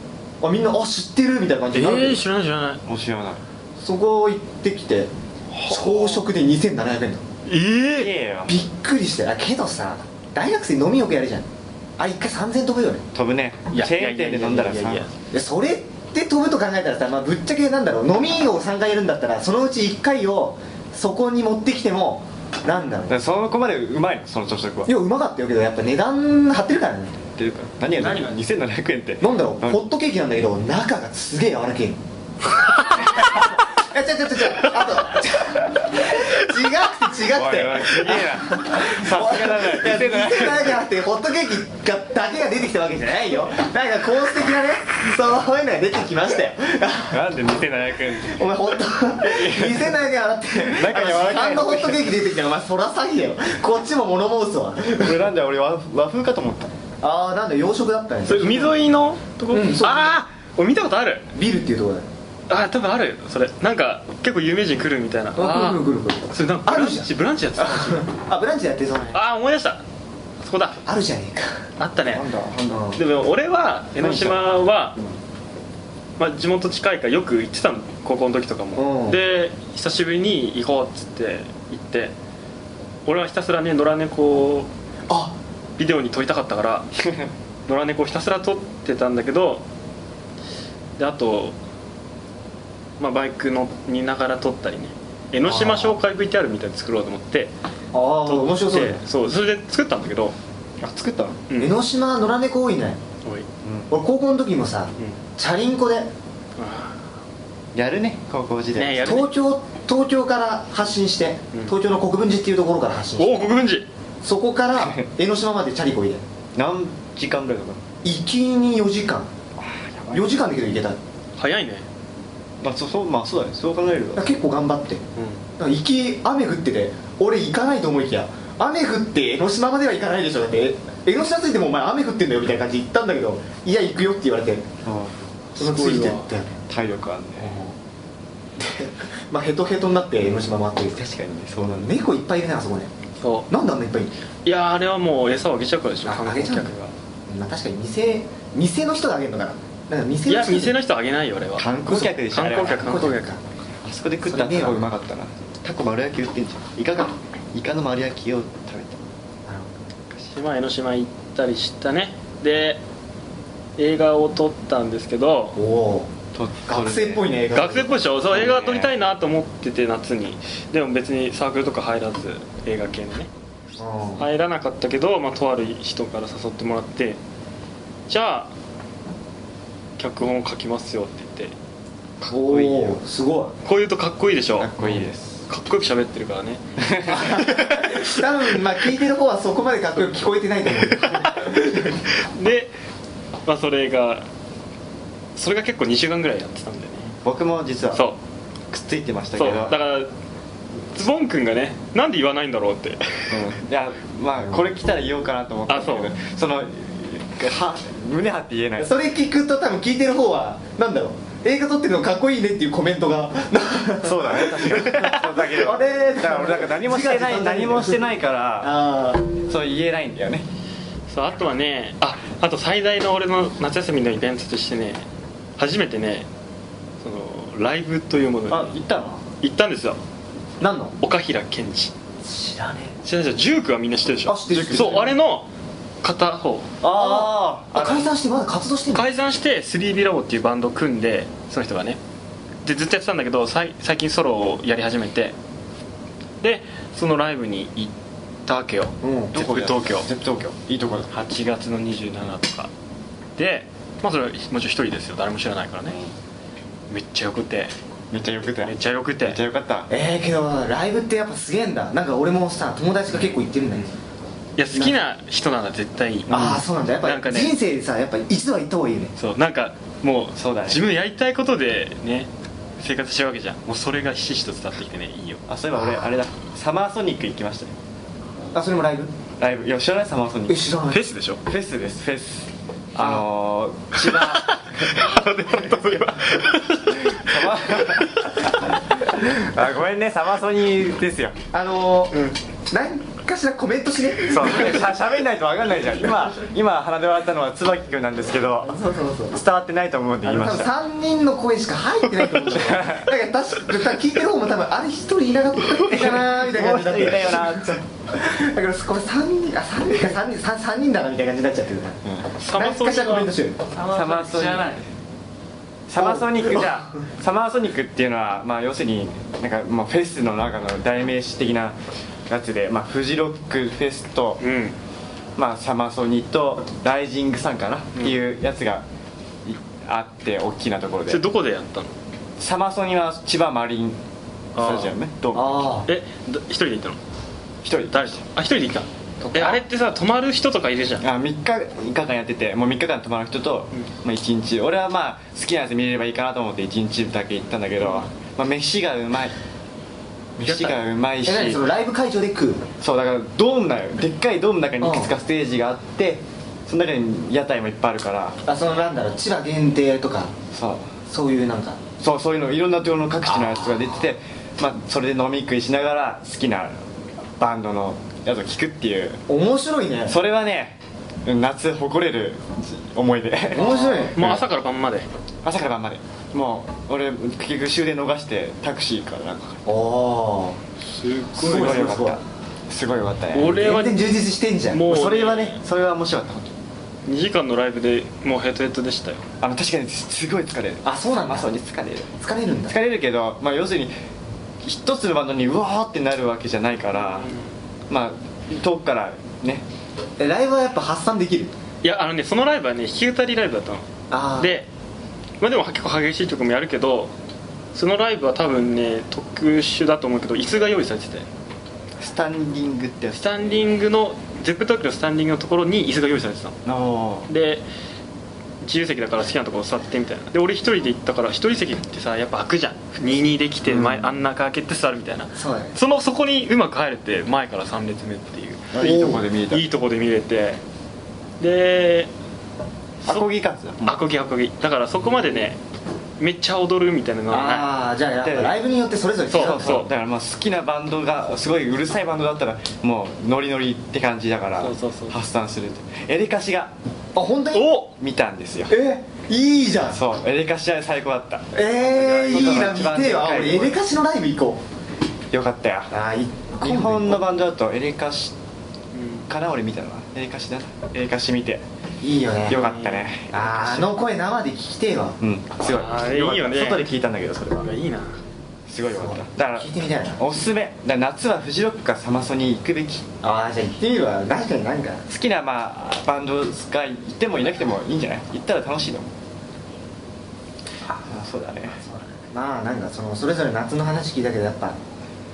[SPEAKER 2] あみんなあ知ってるみたいな感
[SPEAKER 4] え
[SPEAKER 2] じになるけど、
[SPEAKER 4] ー、知らない知らない
[SPEAKER 1] もう知らない
[SPEAKER 2] そこ行ってきて朝食で2700円だ
[SPEAKER 4] ええ
[SPEAKER 1] ええよ
[SPEAKER 2] びっくりしたよあけどさ大学生飲みよくやるじゃんあ一回3000飛ぶよね
[SPEAKER 1] 飛ぶねチェーン店で飲んだら
[SPEAKER 4] いや
[SPEAKER 1] さ
[SPEAKER 4] いやいやい
[SPEAKER 2] でそれって飛ぶと考えたらさ、まあ、ぶっちゃけなんだろう飲みを3回やるんだったらそのうち1回をそこに持ってきてもなんだろう
[SPEAKER 1] だからそこまでうまいのその朝食はい
[SPEAKER 2] やうまかったよけどやっぱ値段張ってるからね
[SPEAKER 1] っていうか何や
[SPEAKER 3] 何
[SPEAKER 1] る
[SPEAKER 3] が
[SPEAKER 1] 2700円って
[SPEAKER 2] なんだろう
[SPEAKER 1] うん
[SPEAKER 2] ホットケーキなんだけど中がすげえ柔ら けえのい
[SPEAKER 1] お
[SPEAKER 2] や違う違う違うあと違う違くて
[SPEAKER 1] い
[SPEAKER 2] 違
[SPEAKER 1] おい
[SPEAKER 2] くて
[SPEAKER 1] すげえ なさすがだ
[SPEAKER 2] い
[SPEAKER 1] ね
[SPEAKER 2] や
[SPEAKER 1] 2700
[SPEAKER 2] 店
[SPEAKER 1] 円
[SPEAKER 2] だけあってホットケーキがだけが出てきたわけじゃないよなんかコース的なねそういうのが出てきましたよ
[SPEAKER 1] なんで2700円って
[SPEAKER 2] お前ホット2700円払って
[SPEAKER 1] 中柔らかい
[SPEAKER 2] あのホットケーキ出てきたらお前そら詐欺だよこっちも物申すわ
[SPEAKER 1] これなんだよ俺和和風かと思った
[SPEAKER 2] ああなんだ洋食だったね
[SPEAKER 4] それ海沿いのとこ、
[SPEAKER 2] うんそう
[SPEAKER 4] ああ俺見たことある
[SPEAKER 2] ビルっていうとこだよ
[SPEAKER 4] ああ多分あるそれなんか結構有名人来るみたいな
[SPEAKER 2] あ
[SPEAKER 4] あ
[SPEAKER 2] くるくるくる
[SPEAKER 4] ー
[SPEAKER 2] くる
[SPEAKER 4] それなんかブラン
[SPEAKER 2] ある
[SPEAKER 4] チ
[SPEAKER 2] じ
[SPEAKER 4] ブランチやってた
[SPEAKER 2] あブランチでやってそうね
[SPEAKER 4] ああ思い出したそこだ
[SPEAKER 2] あるじゃねえか
[SPEAKER 4] あったね
[SPEAKER 1] なんだなんだ
[SPEAKER 2] うん
[SPEAKER 4] でも俺は江ノ島は
[SPEAKER 1] うん、
[SPEAKER 4] まあ、地元近いからよく行ってたの高校の時とか
[SPEAKER 2] う
[SPEAKER 4] も
[SPEAKER 2] ん
[SPEAKER 4] で久しぶりに行こうっつって行って俺はひたすらね野良猫を
[SPEAKER 2] あ
[SPEAKER 4] ビデオに撮りたかったから 野良猫をひたすら撮ってたんだけどであと、まあ、バイクのにながら撮ったりね江ノ島紹介 VTR みたいに作ろうと思って
[SPEAKER 2] ああ
[SPEAKER 4] 撮って
[SPEAKER 2] 面白そうだね
[SPEAKER 4] そうそれで作ったんだけど、
[SPEAKER 1] あ作ったの
[SPEAKER 4] うん
[SPEAKER 2] 江ノ島野良猫多いね
[SPEAKER 4] おいうん
[SPEAKER 2] 俺高校の時もさチャリンコで
[SPEAKER 4] あ
[SPEAKER 1] やるね高校時
[SPEAKER 4] ね
[SPEAKER 1] 代
[SPEAKER 4] やるね
[SPEAKER 2] 東京東京から発信して
[SPEAKER 4] うん
[SPEAKER 2] 東京の国分寺っていうところから発信
[SPEAKER 4] ー
[SPEAKER 2] して
[SPEAKER 4] おお国分寺
[SPEAKER 2] そこから 江ノ島までチャリこいで
[SPEAKER 1] 何時間ぐらいかか
[SPEAKER 2] 行きに4時間
[SPEAKER 1] る
[SPEAKER 2] 4時間だけど行けただか
[SPEAKER 4] 早いね
[SPEAKER 1] まあそそうまあそうだねそう考える
[SPEAKER 2] ら
[SPEAKER 1] と
[SPEAKER 2] 結構頑張ってだから行き雨降ってて俺行かないと思いきや雨降って江ノ島までは行かないでしょだって江ノ島着いてもお前雨降ってんだよみたいな感じで行ったんだけどいや行くよって言われてそのついてったよね
[SPEAKER 1] 体力あるね
[SPEAKER 2] まあヘトヘトになって江ノ島回ってる
[SPEAKER 1] 確かにねそうなんだ
[SPEAKER 2] 猫いっぱいいるねあそこね
[SPEAKER 4] そ
[SPEAKER 2] なんであんないっぱいいる
[SPEAKER 4] ういやーあれはもう餌をあげちゃうからでしょ
[SPEAKER 2] あ
[SPEAKER 4] 観
[SPEAKER 2] あげち
[SPEAKER 4] 光
[SPEAKER 2] ゃう
[SPEAKER 4] 客
[SPEAKER 2] んだ
[SPEAKER 4] が
[SPEAKER 2] まあ確かに店店の人があげるのかななんか店
[SPEAKER 4] い
[SPEAKER 2] の
[SPEAKER 4] や
[SPEAKER 2] 人
[SPEAKER 4] 店の人あげないよ俺は
[SPEAKER 1] 観光客でしょ
[SPEAKER 4] 観光客
[SPEAKER 1] あれ
[SPEAKER 4] 観
[SPEAKER 1] は
[SPEAKER 4] 光客
[SPEAKER 1] あそこで食ったタコうまかったなタコ丸焼き売ってんじゃんイカがイカの丸焼きを食べた
[SPEAKER 4] 島江ノ島行ったりしたねで映画を撮ったんですけど
[SPEAKER 2] おお
[SPEAKER 1] と
[SPEAKER 2] 学生っぽいね映画
[SPEAKER 4] 学生っぽいでしょそう映画
[SPEAKER 1] ね
[SPEAKER 4] 撮りたいなと思ってて夏にでも別にサークルとか入らず映画系のね
[SPEAKER 2] うん
[SPEAKER 4] 入らなかったけど、まあ、とある人から誘ってもらってじゃあ脚本を書きますよって言って
[SPEAKER 1] かっ
[SPEAKER 2] お
[SPEAKER 1] こいいよ
[SPEAKER 2] ーすご
[SPEAKER 4] こう言うとかっこいいでしょ
[SPEAKER 1] かっこいいです
[SPEAKER 4] かっこよく喋ってるから ね
[SPEAKER 2] い多分まあ聞いてる方はそこまでかっこよく聞こえてないと思う
[SPEAKER 4] で、まあ、それがそれが結構2週間ぐらいやってたんだよね
[SPEAKER 1] 僕も実は
[SPEAKER 4] そう
[SPEAKER 1] くっついてましたけ
[SPEAKER 4] そう
[SPEAKER 1] ど
[SPEAKER 4] だからズボン君がねなんで言わないんだろう って
[SPEAKER 1] うんいやまあこれ来たら言おうかなと思ったんだけど
[SPEAKER 4] あ
[SPEAKER 1] そのは胸張って言えない
[SPEAKER 2] それ聞くと多分聞いてる方はなんだろう映画撮ってるのかっこいいねっていうコメントが
[SPEAKER 1] そうだね確かにそうだけど
[SPEAKER 2] あれ
[SPEAKER 1] だから俺なんか何もしてな
[SPEAKER 2] 違う違
[SPEAKER 1] いう何もしてないから
[SPEAKER 2] ああ
[SPEAKER 1] そう言えないんだよね
[SPEAKER 4] そうあとはねああと最大の俺の夏休みのイベントとしてね初めてねそのライブというもの
[SPEAKER 1] あ
[SPEAKER 4] に
[SPEAKER 1] 言ったの
[SPEAKER 4] 行ったんですよ
[SPEAKER 2] 何の
[SPEAKER 4] 岡平健二
[SPEAKER 2] 知らねえ
[SPEAKER 4] 知らないでしょジュークはみんな知ってるでしょ
[SPEAKER 2] あ知ってる知ってる
[SPEAKER 4] そうあれの片方
[SPEAKER 1] あー
[SPEAKER 2] あ解散してまだ活動してんの
[SPEAKER 4] 解散して 3B ラボっていうバンドを組んでその人がねでずっとやってたんだけどさい最近ソロをやり始めてでそのライブに行ったわけよ
[SPEAKER 2] うん
[SPEAKER 4] ゼップ東京
[SPEAKER 1] ゼップ東京いいとこだ
[SPEAKER 4] 8月の27とかで、ままあそれはもちろん一人ですよ誰も知らないからねめっちゃよくて
[SPEAKER 1] めっちゃよくて
[SPEAKER 4] め
[SPEAKER 1] め
[SPEAKER 4] っ
[SPEAKER 1] っ
[SPEAKER 4] ちゃよくて
[SPEAKER 1] ちゃよかった
[SPEAKER 2] えー、けどライブってやっぱすげえんだなんか俺もさ友達が結構行ってるんだよ、
[SPEAKER 4] いや好きな人なら絶対いい
[SPEAKER 2] ああそうなんだやっぱ
[SPEAKER 4] なんかね
[SPEAKER 2] 人生でさやっぱ一度は行った方がいいよね
[SPEAKER 4] そうなんかもう
[SPEAKER 1] そうだね
[SPEAKER 4] 自分やりたいことでね生活してるわけじゃんもうそれがひしひしと伝わってきてねいいよ
[SPEAKER 1] あそういえば俺あれだサマーソニック行きましたね
[SPEAKER 2] あそれもライブ
[SPEAKER 1] ライブいや知らないサマーソニック
[SPEAKER 2] え知ら
[SPEAKER 4] フ
[SPEAKER 2] な
[SPEAKER 4] ェ
[SPEAKER 2] い
[SPEAKER 4] スでしょ
[SPEAKER 1] フェスですフェスあのー、千 葉サマー
[SPEAKER 5] あごめんねサマソニーですよ
[SPEAKER 2] あのー何かしらコメントしね
[SPEAKER 5] そうしゃしゃべんないと分かんないじゃん今今鼻で笑ったのは椿君なんですけど
[SPEAKER 2] そうそうそう
[SPEAKER 5] 伝わってないと思うんで
[SPEAKER 2] あ
[SPEAKER 5] 言い
[SPEAKER 2] の
[SPEAKER 5] ま
[SPEAKER 2] 多
[SPEAKER 5] し
[SPEAKER 2] 分
[SPEAKER 5] た
[SPEAKER 2] 3人の声しか入ってないと思うんだよだから確か多分聞いてる方も多分あれ1人いなかったかなーみたいな感じだっ
[SPEAKER 5] もう一人
[SPEAKER 2] た
[SPEAKER 5] いたよなーって
[SPEAKER 2] だからこれ3人あ三人か三人三三人だなみたいな感じになっちゃってる
[SPEAKER 4] サマ
[SPEAKER 2] 何
[SPEAKER 4] ソニ
[SPEAKER 2] かしらコメント
[SPEAKER 4] は
[SPEAKER 2] しようよ
[SPEAKER 3] サマーソニ知らない
[SPEAKER 1] サマーソニックじゃあサマーソニックっていうのは、まあ、要するになんか、まあ、フェスの中の代名詞的なやつで、まあ、フジロックフェスと、
[SPEAKER 4] うん
[SPEAKER 1] まあ、サマソニとライジングさんかなっていうやつがいあって大きなところ
[SPEAKER 4] そ
[SPEAKER 1] で
[SPEAKER 4] れどこでやったの
[SPEAKER 1] サマソニは千葉マリンスタジアムねドーム
[SPEAKER 2] あ
[SPEAKER 4] えど一人で行ったの
[SPEAKER 1] 一人
[SPEAKER 4] 誰であ一人で行ったえあれってさ泊まる人とかいるじゃん
[SPEAKER 1] あ3日3日間やっててもう3日間泊まる人と、まあ、1日俺はまあ好きなやつ見れればいいかなと思って1日だけ行ったんだけど、まあ、飯がうまい飯がうまい
[SPEAKER 2] え
[SPEAKER 1] し
[SPEAKER 2] 何そのライブ会場で食う
[SPEAKER 1] そうだからドームだよでっかいドームの中にいくつかステージがあってその中に屋台もいっぱいあるから
[SPEAKER 2] あそのなんだろう千葉限定とか
[SPEAKER 1] そう
[SPEAKER 2] そういうなんか
[SPEAKER 1] そうそういうのいろんなところの各地のやつが出ててまあ、それで飲み食いしながら好きなバンドのやつを聴くっていう
[SPEAKER 2] 面白いね
[SPEAKER 1] それはね夏誇れる思い出
[SPEAKER 2] 面白いね
[SPEAKER 4] もう朝から晩まで
[SPEAKER 1] 朝から晩までもう俺結局終電逃してタクシーからなんか
[SPEAKER 2] おお
[SPEAKER 4] すっ
[SPEAKER 2] すごいす
[SPEAKER 1] よ
[SPEAKER 2] ごいす
[SPEAKER 1] か
[SPEAKER 2] ごい
[SPEAKER 1] ったすごいよかったね
[SPEAKER 4] 俺は
[SPEAKER 2] 全然充実してんじゃん
[SPEAKER 4] もう
[SPEAKER 1] それはねそれは面白かった本当に
[SPEAKER 4] 2時間のライブでもうヘトヘトでしたよ
[SPEAKER 1] あの確かにすごい疲れる
[SPEAKER 2] あそうなんだ
[SPEAKER 1] 朝に疲れる
[SPEAKER 2] 疲れるんだ
[SPEAKER 1] 疲れるけど、まあ、要するに一つのバンドにうわーってなるわけじゃないから、まあ遠くからね
[SPEAKER 2] えライブはやっぱ発散できる
[SPEAKER 4] いやあのねそのライブはね弾き語りライブだったの
[SPEAKER 2] ああ
[SPEAKER 4] でまあでも結構激しい曲もやるけどそのライブは多分ね特殊だと思うけど椅子が用意されてて
[SPEAKER 1] スタンディングってやつ
[SPEAKER 4] スタンディングのゼップトークのスタンディングのところに椅子が用意されてたの
[SPEAKER 1] の
[SPEAKER 4] で自由席だから好きなところ座ってみたいなで俺一人で行ったから一人席ってさやっぱ開くじゃん22できて前、あん中開けて座るみたいな
[SPEAKER 2] そうだね
[SPEAKER 4] そのそこにうまく入れて前から3列目っていう
[SPEAKER 2] おー
[SPEAKER 1] いいとこで見えた
[SPEAKER 4] いいとこで見れてで
[SPEAKER 1] アコギ感じだ
[SPEAKER 4] アコギアコギだからそこまでねめっちゃ踊るみたいなのがない
[SPEAKER 2] ああじゃあやっぱライブによってそれぞれ違う
[SPEAKER 4] そう
[SPEAKER 1] そうだからまあ好きなバンドがすごいうるさいバンドだったらもうノリノリって感じだから
[SPEAKER 4] そうそうそう
[SPEAKER 1] 発散するってエレカシが
[SPEAKER 2] あ本当に
[SPEAKER 4] お
[SPEAKER 1] 見たんですよ
[SPEAKER 2] えいいじゃん
[SPEAKER 1] そうエレカシは最高だった
[SPEAKER 2] えー、いいな
[SPEAKER 1] 一
[SPEAKER 2] 見
[SPEAKER 1] 番
[SPEAKER 2] てよあ
[SPEAKER 1] 高い
[SPEAKER 2] 俺エレカシのライブ行こ
[SPEAKER 1] よかったよ
[SPEAKER 2] うああ日
[SPEAKER 1] 日本のバンドだとエレカシから俺見たのはエレカシだなエレカシ見て
[SPEAKER 2] いいよね
[SPEAKER 1] よかったね
[SPEAKER 2] あーあの声生で聞きてえわ
[SPEAKER 1] うんすごい
[SPEAKER 4] あれいいよね
[SPEAKER 1] 外で聞いたんだけどそれは
[SPEAKER 4] うんいいな
[SPEAKER 1] すごいよかっただ
[SPEAKER 2] 聞いてみたいな
[SPEAKER 1] からおすすめだから夏はフジロックかサマソニ行くべき
[SPEAKER 2] ああじゃあ行ってみるわ確かに何か
[SPEAKER 1] 好きな、まあ、バンドがいてもいなくてもいいんじゃない行ったら楽しいと思うあそうだね
[SPEAKER 2] まあなんかそのそれぞれ夏の話聞いたけどやっぱ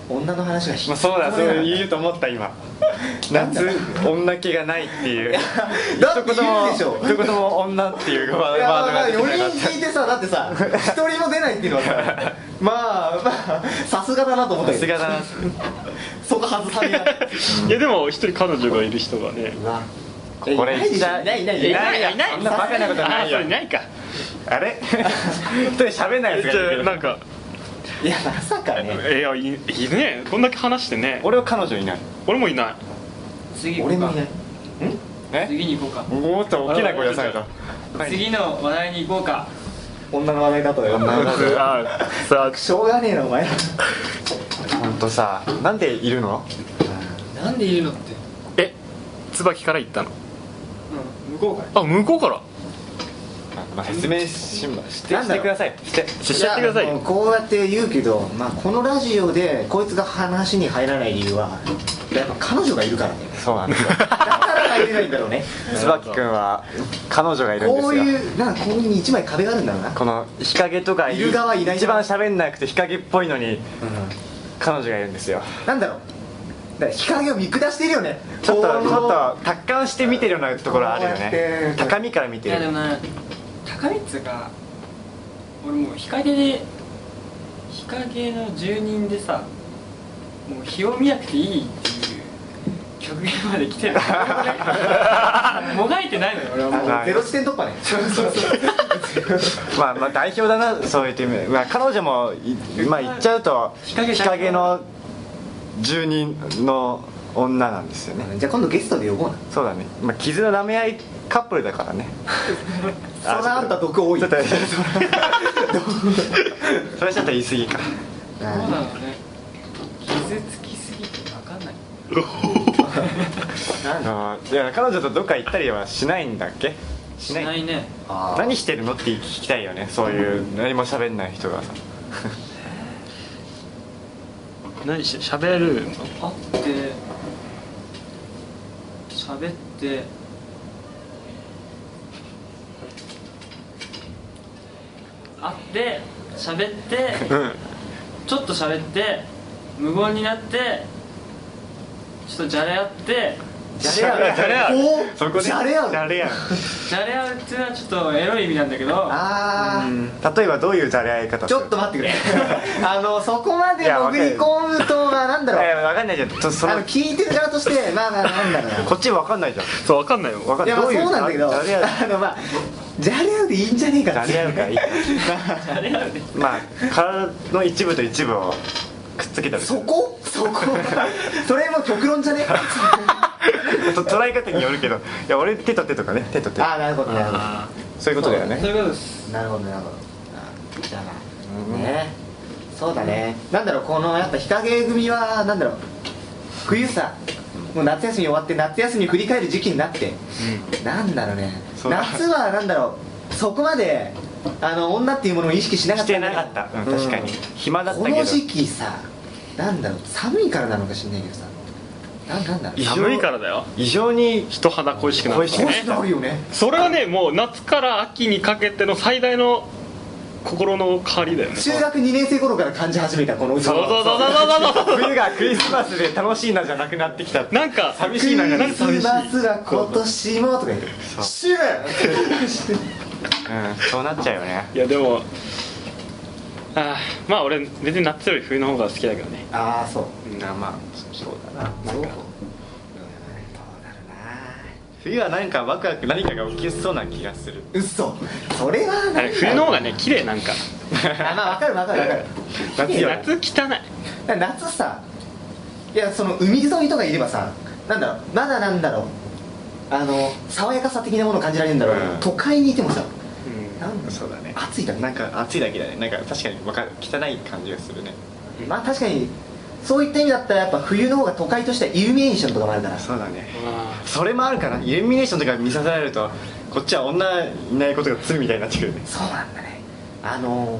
[SPEAKER 2] 女の話が引き
[SPEAKER 1] まあ、そうだそう
[SPEAKER 2] い
[SPEAKER 1] 言うと思った 今夏女気がないっていう
[SPEAKER 2] だって言うでしょ
[SPEAKER 1] 一言も一言も女っていうワ
[SPEAKER 2] いやまあまあ
[SPEAKER 1] ワード
[SPEAKER 2] 4
[SPEAKER 1] が出てなか
[SPEAKER 2] 人聞いてさだってさ一人も出ないっていうのは さまあまあさすがだなと思っ
[SPEAKER 1] った
[SPEAKER 2] た
[SPEAKER 1] さす
[SPEAKER 2] け
[SPEAKER 1] が
[SPEAKER 2] ど
[SPEAKER 1] だな
[SPEAKER 2] そこ外されない
[SPEAKER 4] いやでも一人彼女がいる人がね
[SPEAKER 2] うわ
[SPEAKER 1] これ
[SPEAKER 2] い
[SPEAKER 1] 言っち
[SPEAKER 2] な
[SPEAKER 1] ゃ
[SPEAKER 2] いないない
[SPEAKER 1] いない
[SPEAKER 2] い
[SPEAKER 1] よ
[SPEAKER 2] ない
[SPEAKER 1] そんなバカなこと
[SPEAKER 4] あ
[SPEAKER 1] な
[SPEAKER 4] あ
[SPEAKER 1] い
[SPEAKER 4] そ
[SPEAKER 1] よ
[SPEAKER 4] れないか
[SPEAKER 1] あれ 一人喋んないやつ
[SPEAKER 4] じ
[SPEAKER 1] がいるけ
[SPEAKER 4] ゃあ
[SPEAKER 1] ど
[SPEAKER 4] なんか
[SPEAKER 2] いやまさかね
[SPEAKER 4] いやいいいいねこんだけ話してね
[SPEAKER 1] 俺は彼女いない
[SPEAKER 4] 俺もいない
[SPEAKER 3] 次行こ
[SPEAKER 2] 俺
[SPEAKER 3] う
[SPEAKER 2] も
[SPEAKER 3] か
[SPEAKER 2] いない
[SPEAKER 1] え
[SPEAKER 3] 次に行こう
[SPEAKER 1] もっと大きな声出さないと
[SPEAKER 3] か次の話題に行こうか
[SPEAKER 2] 女の話題だとよ
[SPEAKER 4] あさあ
[SPEAKER 2] しょうがねえなお前ら
[SPEAKER 1] 本当さなんでいるの
[SPEAKER 3] なんでいるのって
[SPEAKER 4] え椿から行ったの
[SPEAKER 3] うん向こうから
[SPEAKER 4] あ向こうから
[SPEAKER 1] まあ説明しして
[SPEAKER 2] なん
[SPEAKER 1] して
[SPEAKER 2] だろう
[SPEAKER 1] くださいして
[SPEAKER 4] しちゃってください
[SPEAKER 2] やもうこうやって言うけど、まあ、このラジオでこいつが話に入らない理由はやっぱ彼女がいるからね
[SPEAKER 1] そうなんですよ
[SPEAKER 2] だから入れないんだろうね
[SPEAKER 1] 椿君は彼女がいるんです
[SPEAKER 2] こ
[SPEAKER 1] よ
[SPEAKER 2] う いうなんかこういうに一枚壁があるんだろうな
[SPEAKER 1] この日陰とか
[SPEAKER 2] いる側いない側
[SPEAKER 1] 一番喋んなくて日陰っぽいのに彼女がいるんですよ
[SPEAKER 2] なんだろうだから日陰を見下しているよね
[SPEAKER 1] ちょっとち
[SPEAKER 2] こう
[SPEAKER 1] ょっと達観して見てるようなところあるよ
[SPEAKER 2] こうやっ
[SPEAKER 1] ね
[SPEAKER 2] て
[SPEAKER 1] 高みから見
[SPEAKER 3] い
[SPEAKER 1] て
[SPEAKER 3] やでも
[SPEAKER 1] る
[SPEAKER 3] な高いっつうか俺もう日陰で日陰の住人でさもう日を見なくていいっていう極限まで来 てるもがいてないのよ俺はもう
[SPEAKER 2] あのゼロ地点突破ね
[SPEAKER 1] まあまあ代表だなそういう意味で、まあ、彼女もいまあ言っちゃうと
[SPEAKER 3] 日陰
[SPEAKER 1] 日陰の住人の女なんですよね
[SPEAKER 2] じゃあ今度ゲストで呼ぼうな
[SPEAKER 1] そうだね、まあ、傷の舐め合いカップルだからね
[SPEAKER 2] そらあんた毒多い
[SPEAKER 1] ちょっと それちょっと言い過ぎか
[SPEAKER 3] そうなのね傷つきすぎて分かんない
[SPEAKER 1] あのいや彼女とどっか行ったりはしないんだっけし
[SPEAKER 3] し
[SPEAKER 1] ない
[SPEAKER 3] ないね
[SPEAKER 2] あー
[SPEAKER 1] 何してるのって聞きたいよねそういう何も喋んない人がさ
[SPEAKER 4] 何しゃべるの
[SPEAKER 3] 会って喋って会って喋って
[SPEAKER 1] うん
[SPEAKER 3] ちょっと喋って無言になってちょっとじゃれ合って
[SPEAKER 2] じゃれ合う
[SPEAKER 1] じゃれ合う
[SPEAKER 2] こう
[SPEAKER 1] そこで
[SPEAKER 2] じゃれ合う
[SPEAKER 1] じゃれ合う
[SPEAKER 3] じゃれ合うっていうのはちょっとエロい意味なんだけど
[SPEAKER 2] あー
[SPEAKER 1] 例えばどういうじゃれ合い方
[SPEAKER 2] ちょっと
[SPEAKER 1] 待
[SPEAKER 2] 待っ てくれあのそこまで潜り込むとまあなんだろう
[SPEAKER 1] 分かんないじゃんちょっとそ
[SPEAKER 2] あ
[SPEAKER 1] の
[SPEAKER 2] の聞いてる側としてまあまあなんだろうな
[SPEAKER 1] こっち分かんないじゃん
[SPEAKER 4] そうわかんないよ
[SPEAKER 1] 分かん
[SPEAKER 2] い
[SPEAKER 1] な
[SPEAKER 2] や
[SPEAKER 1] い
[SPEAKER 2] まあそう
[SPEAKER 1] い
[SPEAKER 2] なんだけ
[SPEAKER 1] じ
[SPEAKER 2] ど
[SPEAKER 1] ゃれ合う
[SPEAKER 2] あのまあじゃれ合うでいいんじゃねえかって
[SPEAKER 1] じゃれ合うかいいか
[SPEAKER 3] じゃれ合うで
[SPEAKER 1] まあ体の一部と一部をくっつけたりす
[SPEAKER 2] そ
[SPEAKER 1] る
[SPEAKER 2] こそこ それも極論 じゃね
[SPEAKER 1] と捉え方によるけどいや俺手と手とかね手と手
[SPEAKER 2] ああなるほどなるほど
[SPEAKER 1] そういうことだよね
[SPEAKER 3] そういうことです
[SPEAKER 2] なるほどなるほどじゃあな、ねそうだねなんだろうこのやっぱ日陰組はなんだろう冬さもう夏休み終わって夏休み振り返る時期になって、なんだろうね
[SPEAKER 1] そうだ
[SPEAKER 2] 夏はなんだろうそこまであの女っていうものを意識しなか
[SPEAKER 1] し
[SPEAKER 2] った
[SPEAKER 1] て
[SPEAKER 2] んだ
[SPEAKER 1] な
[SPEAKER 2] け
[SPEAKER 1] かっ
[SPEAKER 2] ど
[SPEAKER 1] た、うん、確かに
[SPEAKER 2] うん
[SPEAKER 1] 暇だった
[SPEAKER 2] こ
[SPEAKER 1] けど
[SPEAKER 2] の時期さなんだろう寒いからなのか知んないけどさなんなんだろう
[SPEAKER 1] 異常
[SPEAKER 4] 寒いからだよ
[SPEAKER 1] 異常に
[SPEAKER 4] 人肌恋しくなる
[SPEAKER 1] 恋しく
[SPEAKER 2] 少しなるよね
[SPEAKER 4] それはねもう夏から秋にかけての最大の心の変わりだよね
[SPEAKER 2] 中学2年生頃から感じ始めたこの
[SPEAKER 4] そうそうそうそうそうそう
[SPEAKER 1] 冬がクリスマスで楽しいなじゃなくなってきた
[SPEAKER 4] なんか
[SPEAKER 1] 寂
[SPEAKER 2] ク
[SPEAKER 1] しい
[SPEAKER 2] リ
[SPEAKER 1] なじゃなく
[SPEAKER 2] ス
[SPEAKER 1] 寂しい、
[SPEAKER 2] マスが今年もとか言って「死ぬ!」
[SPEAKER 1] うん、そうなっちゃうよね
[SPEAKER 4] いやでもあーまあ俺別に夏より冬の方が好きだけどね
[SPEAKER 2] ああそう
[SPEAKER 1] なまあそうだな
[SPEAKER 2] そうどうなる
[SPEAKER 1] 冬はなんかワクワク何かが起きそうな気がする
[SPEAKER 2] な嘘それは
[SPEAKER 4] あ
[SPEAKER 2] な
[SPEAKER 4] れ
[SPEAKER 2] い
[SPEAKER 4] 冬の方がね綺麗なんか
[SPEAKER 2] あまあわかるわかるわかる
[SPEAKER 1] 夏よ
[SPEAKER 4] 夏汚い
[SPEAKER 2] だから夏さいやその海沿いとかいればさなんだろうまだなんだろうあの爽やかさ的なものを感じられるんだろうけど、
[SPEAKER 1] うん
[SPEAKER 2] 都会にいてもさなんだ
[SPEAKER 1] そうだね
[SPEAKER 2] 暑いだけ
[SPEAKER 1] なんか暑いだけだねなんか確かにわかる汚い感じがするね
[SPEAKER 2] まあ確かにそういった意味だったらやっぱ冬の方が都会としてはイルミネーションとかもあるから
[SPEAKER 1] そうだね
[SPEAKER 4] あ
[SPEAKER 1] それもあるかなイルミネーションとか見させられるとこっちは女いないことが罪みたいになってくるね
[SPEAKER 2] そうなんだねあの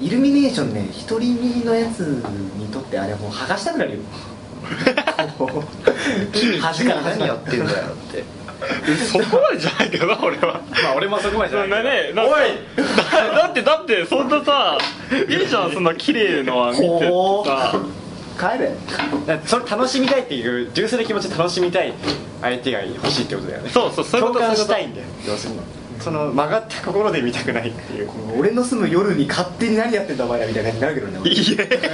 [SPEAKER 2] イルミネーションね独り身のやつにとってあれはもう剥がしたくな るよ端から何やってんだよって
[SPEAKER 4] ーそこまでじゃないけどな俺は
[SPEAKER 1] まあ俺もそこまでじゃ
[SPEAKER 4] そん
[SPEAKER 1] な
[SPEAKER 4] ない
[SPEAKER 1] けど
[SPEAKER 4] ねなんかだだってだってそんなさいいじゃんそんな綺麗のは見てて
[SPEAKER 2] ほ
[SPEAKER 4] さ
[SPEAKER 2] 帰れ
[SPEAKER 1] だからそれ楽しみたいっていう純粋な気持ちで楽しみたい相手が欲しいってことだよね
[SPEAKER 4] そうそうそういうこと
[SPEAKER 1] 共感
[SPEAKER 4] そう
[SPEAKER 1] し
[SPEAKER 4] いうこ
[SPEAKER 1] た
[SPEAKER 4] と
[SPEAKER 1] いんだよ要するにその曲がった心で見たくないっていう
[SPEAKER 2] 俺の住む夜に勝手に何やってんだお前らみたいな感じになるけどね俺
[SPEAKER 4] いや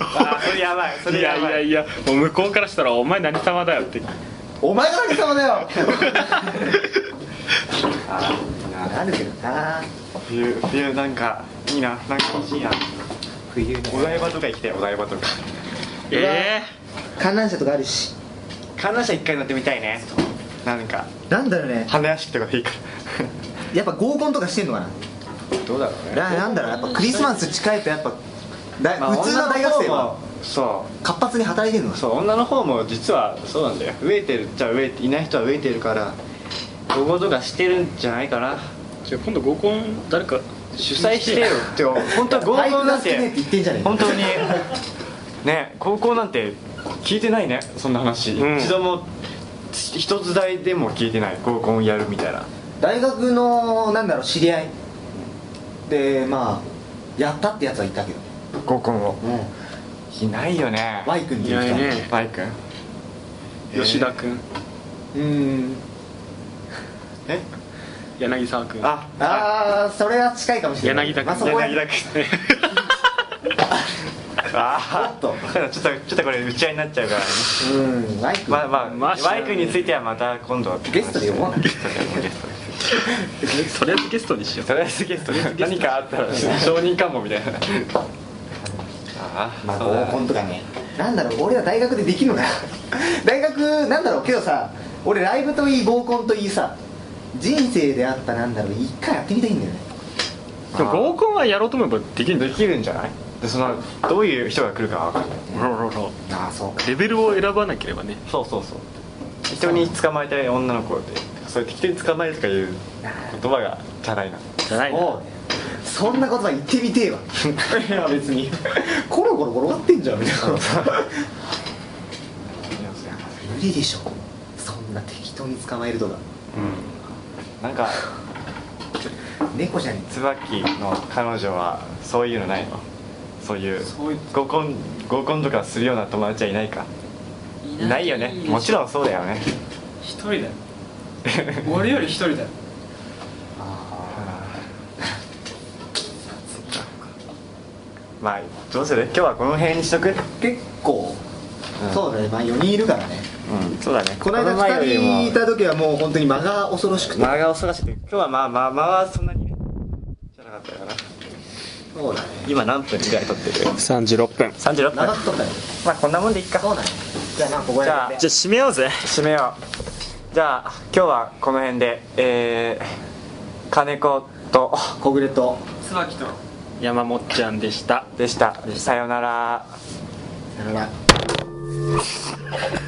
[SPEAKER 1] ああそれやばいそ
[SPEAKER 4] い
[SPEAKER 1] れ
[SPEAKER 4] や
[SPEAKER 1] や
[SPEAKER 4] い
[SPEAKER 1] ば
[SPEAKER 4] や
[SPEAKER 1] い
[SPEAKER 4] いやもう向こうからしたら「お前何様だよ」って
[SPEAKER 2] お前が何様だよ あーなるけどな
[SPEAKER 1] 冬冬なんかいいななんか欲しいな
[SPEAKER 2] 冬ね
[SPEAKER 1] お台場とか行きたいお台場とか
[SPEAKER 4] え
[SPEAKER 2] 観覧車とかあるし
[SPEAKER 1] 観覧車一回乗ってみたいねなんか
[SPEAKER 2] なんだろうね
[SPEAKER 1] 花屋敷とかでいいか
[SPEAKER 2] やっぱ合コンとかしてんのかな
[SPEAKER 1] らどうだろう
[SPEAKER 2] ななんだろうやっぱクリスマス近いとやっぱだ、
[SPEAKER 1] まあ
[SPEAKER 2] 普通の大学生は
[SPEAKER 1] そ
[SPEAKER 2] 活発に働いてるの
[SPEAKER 1] うそう女の方も実はそうなんだよ飢えてるっちゃ飢えていない人は飢えてるから合コンとかしてるんじゃないかな
[SPEAKER 4] ー、じゃあ今度合コン誰か
[SPEAKER 1] 主催してよ って本当は合コンなん
[SPEAKER 2] 体育が好きねってて言ってんじゃねえ
[SPEAKER 1] 本当にね高校なんて聞いてないねそんな話、
[SPEAKER 4] うん
[SPEAKER 1] 一度も一つ台でも聞いてない合コンやるみたいな
[SPEAKER 2] 大学のなんだろう知り合いでまあやったってやつはいたけどね
[SPEAKER 1] 合コンを
[SPEAKER 2] う
[SPEAKER 1] いないよね
[SPEAKER 2] ん Y 君っていう
[SPEAKER 4] い
[SPEAKER 2] 人
[SPEAKER 4] ないね
[SPEAKER 1] バイ君
[SPEAKER 4] 吉田君
[SPEAKER 2] うん
[SPEAKER 1] え
[SPEAKER 4] 柳沢君
[SPEAKER 1] ああ
[SPEAKER 2] ああそれは近いかもしれない
[SPEAKER 4] 柳田君
[SPEAKER 2] まあ、そこは
[SPEAKER 1] 柳田 君ああち
[SPEAKER 2] お
[SPEAKER 1] ょ
[SPEAKER 2] っ
[SPEAKER 1] っとちょっとこれ打ち合いになっちゃうからね
[SPEAKER 2] うん Y 君、
[SPEAKER 1] まあまあ
[SPEAKER 4] まあ
[SPEAKER 1] ワイ君についてはまた今度
[SPEAKER 2] ゲストで呼ぼうな
[SPEAKER 1] ゲストで呼ぼうゲストで
[SPEAKER 4] とりあえずゲストにしよう
[SPEAKER 1] とりあえずゲストで何かあったら
[SPEAKER 6] 承認かもみたいなあ
[SPEAKER 2] まあ
[SPEAKER 6] そうだ
[SPEAKER 2] 合コンとかねなんだろう俺ら大学でできるのかな 大学なんだろうけどさ俺ライブといい合コンといいさ人生であったなんだろう一回やってみたいんだよね
[SPEAKER 4] でも合コンはやろうと思えばできるんだ
[SPEAKER 1] で
[SPEAKER 4] よ
[SPEAKER 1] きるんじゃないでそのどういう人が来るかは分かんない
[SPEAKER 4] ほらほらほ
[SPEAKER 2] ああそうから
[SPEAKER 4] レベルを選ばなければね
[SPEAKER 1] そうそうそう人に捕まえたい女の子でそういう適当に捕まえるとかいう言葉がチャラいな
[SPEAKER 4] じゃない
[SPEAKER 2] おうそんな言葉言ってみてえわいや別にコロコロ転がってんじゃんみたいな 無理でしょそんな適当に捕まえるとか
[SPEAKER 1] なんか
[SPEAKER 2] 猫じゃねえ
[SPEAKER 1] 椿の彼女はそういうのないのそういう
[SPEAKER 3] そういう
[SPEAKER 1] 合コン合コンとかするような友達はいないかいないよねもち
[SPEAKER 3] ん
[SPEAKER 1] ろんそうだよね
[SPEAKER 3] 一人だよ俺より一人だよ
[SPEAKER 1] まあどうする今日はこの辺にしとく
[SPEAKER 2] 結構、
[SPEAKER 1] ん
[SPEAKER 2] そうだねまあ4人いるからね
[SPEAKER 1] うんそうだね
[SPEAKER 2] この間
[SPEAKER 1] 前よ
[SPEAKER 2] 2
[SPEAKER 1] りも
[SPEAKER 2] 人いた時はもう本当に間が恐ろしくて
[SPEAKER 1] 間が忙しくて今日はまあまあ間はそんなにねじゃなかったかな
[SPEAKER 2] そうだね
[SPEAKER 1] 今何分ぐらい撮ってる
[SPEAKER 4] 36分
[SPEAKER 1] 36分
[SPEAKER 2] 長くとったよ
[SPEAKER 1] まあこんなもんでいっか
[SPEAKER 2] そうだねじゃあまあここ
[SPEAKER 1] じゃ
[SPEAKER 2] や
[SPEAKER 1] あ
[SPEAKER 2] め
[SPEAKER 4] じ
[SPEAKER 2] て
[SPEAKER 4] ゃあ締めようぜ
[SPEAKER 1] 締めようじゃあ今日はこの辺でえー、金子と
[SPEAKER 2] 小暮と
[SPEAKER 3] 椿と
[SPEAKER 4] 山もっちゃんでした
[SPEAKER 1] でしたさようなら
[SPEAKER 2] さよなら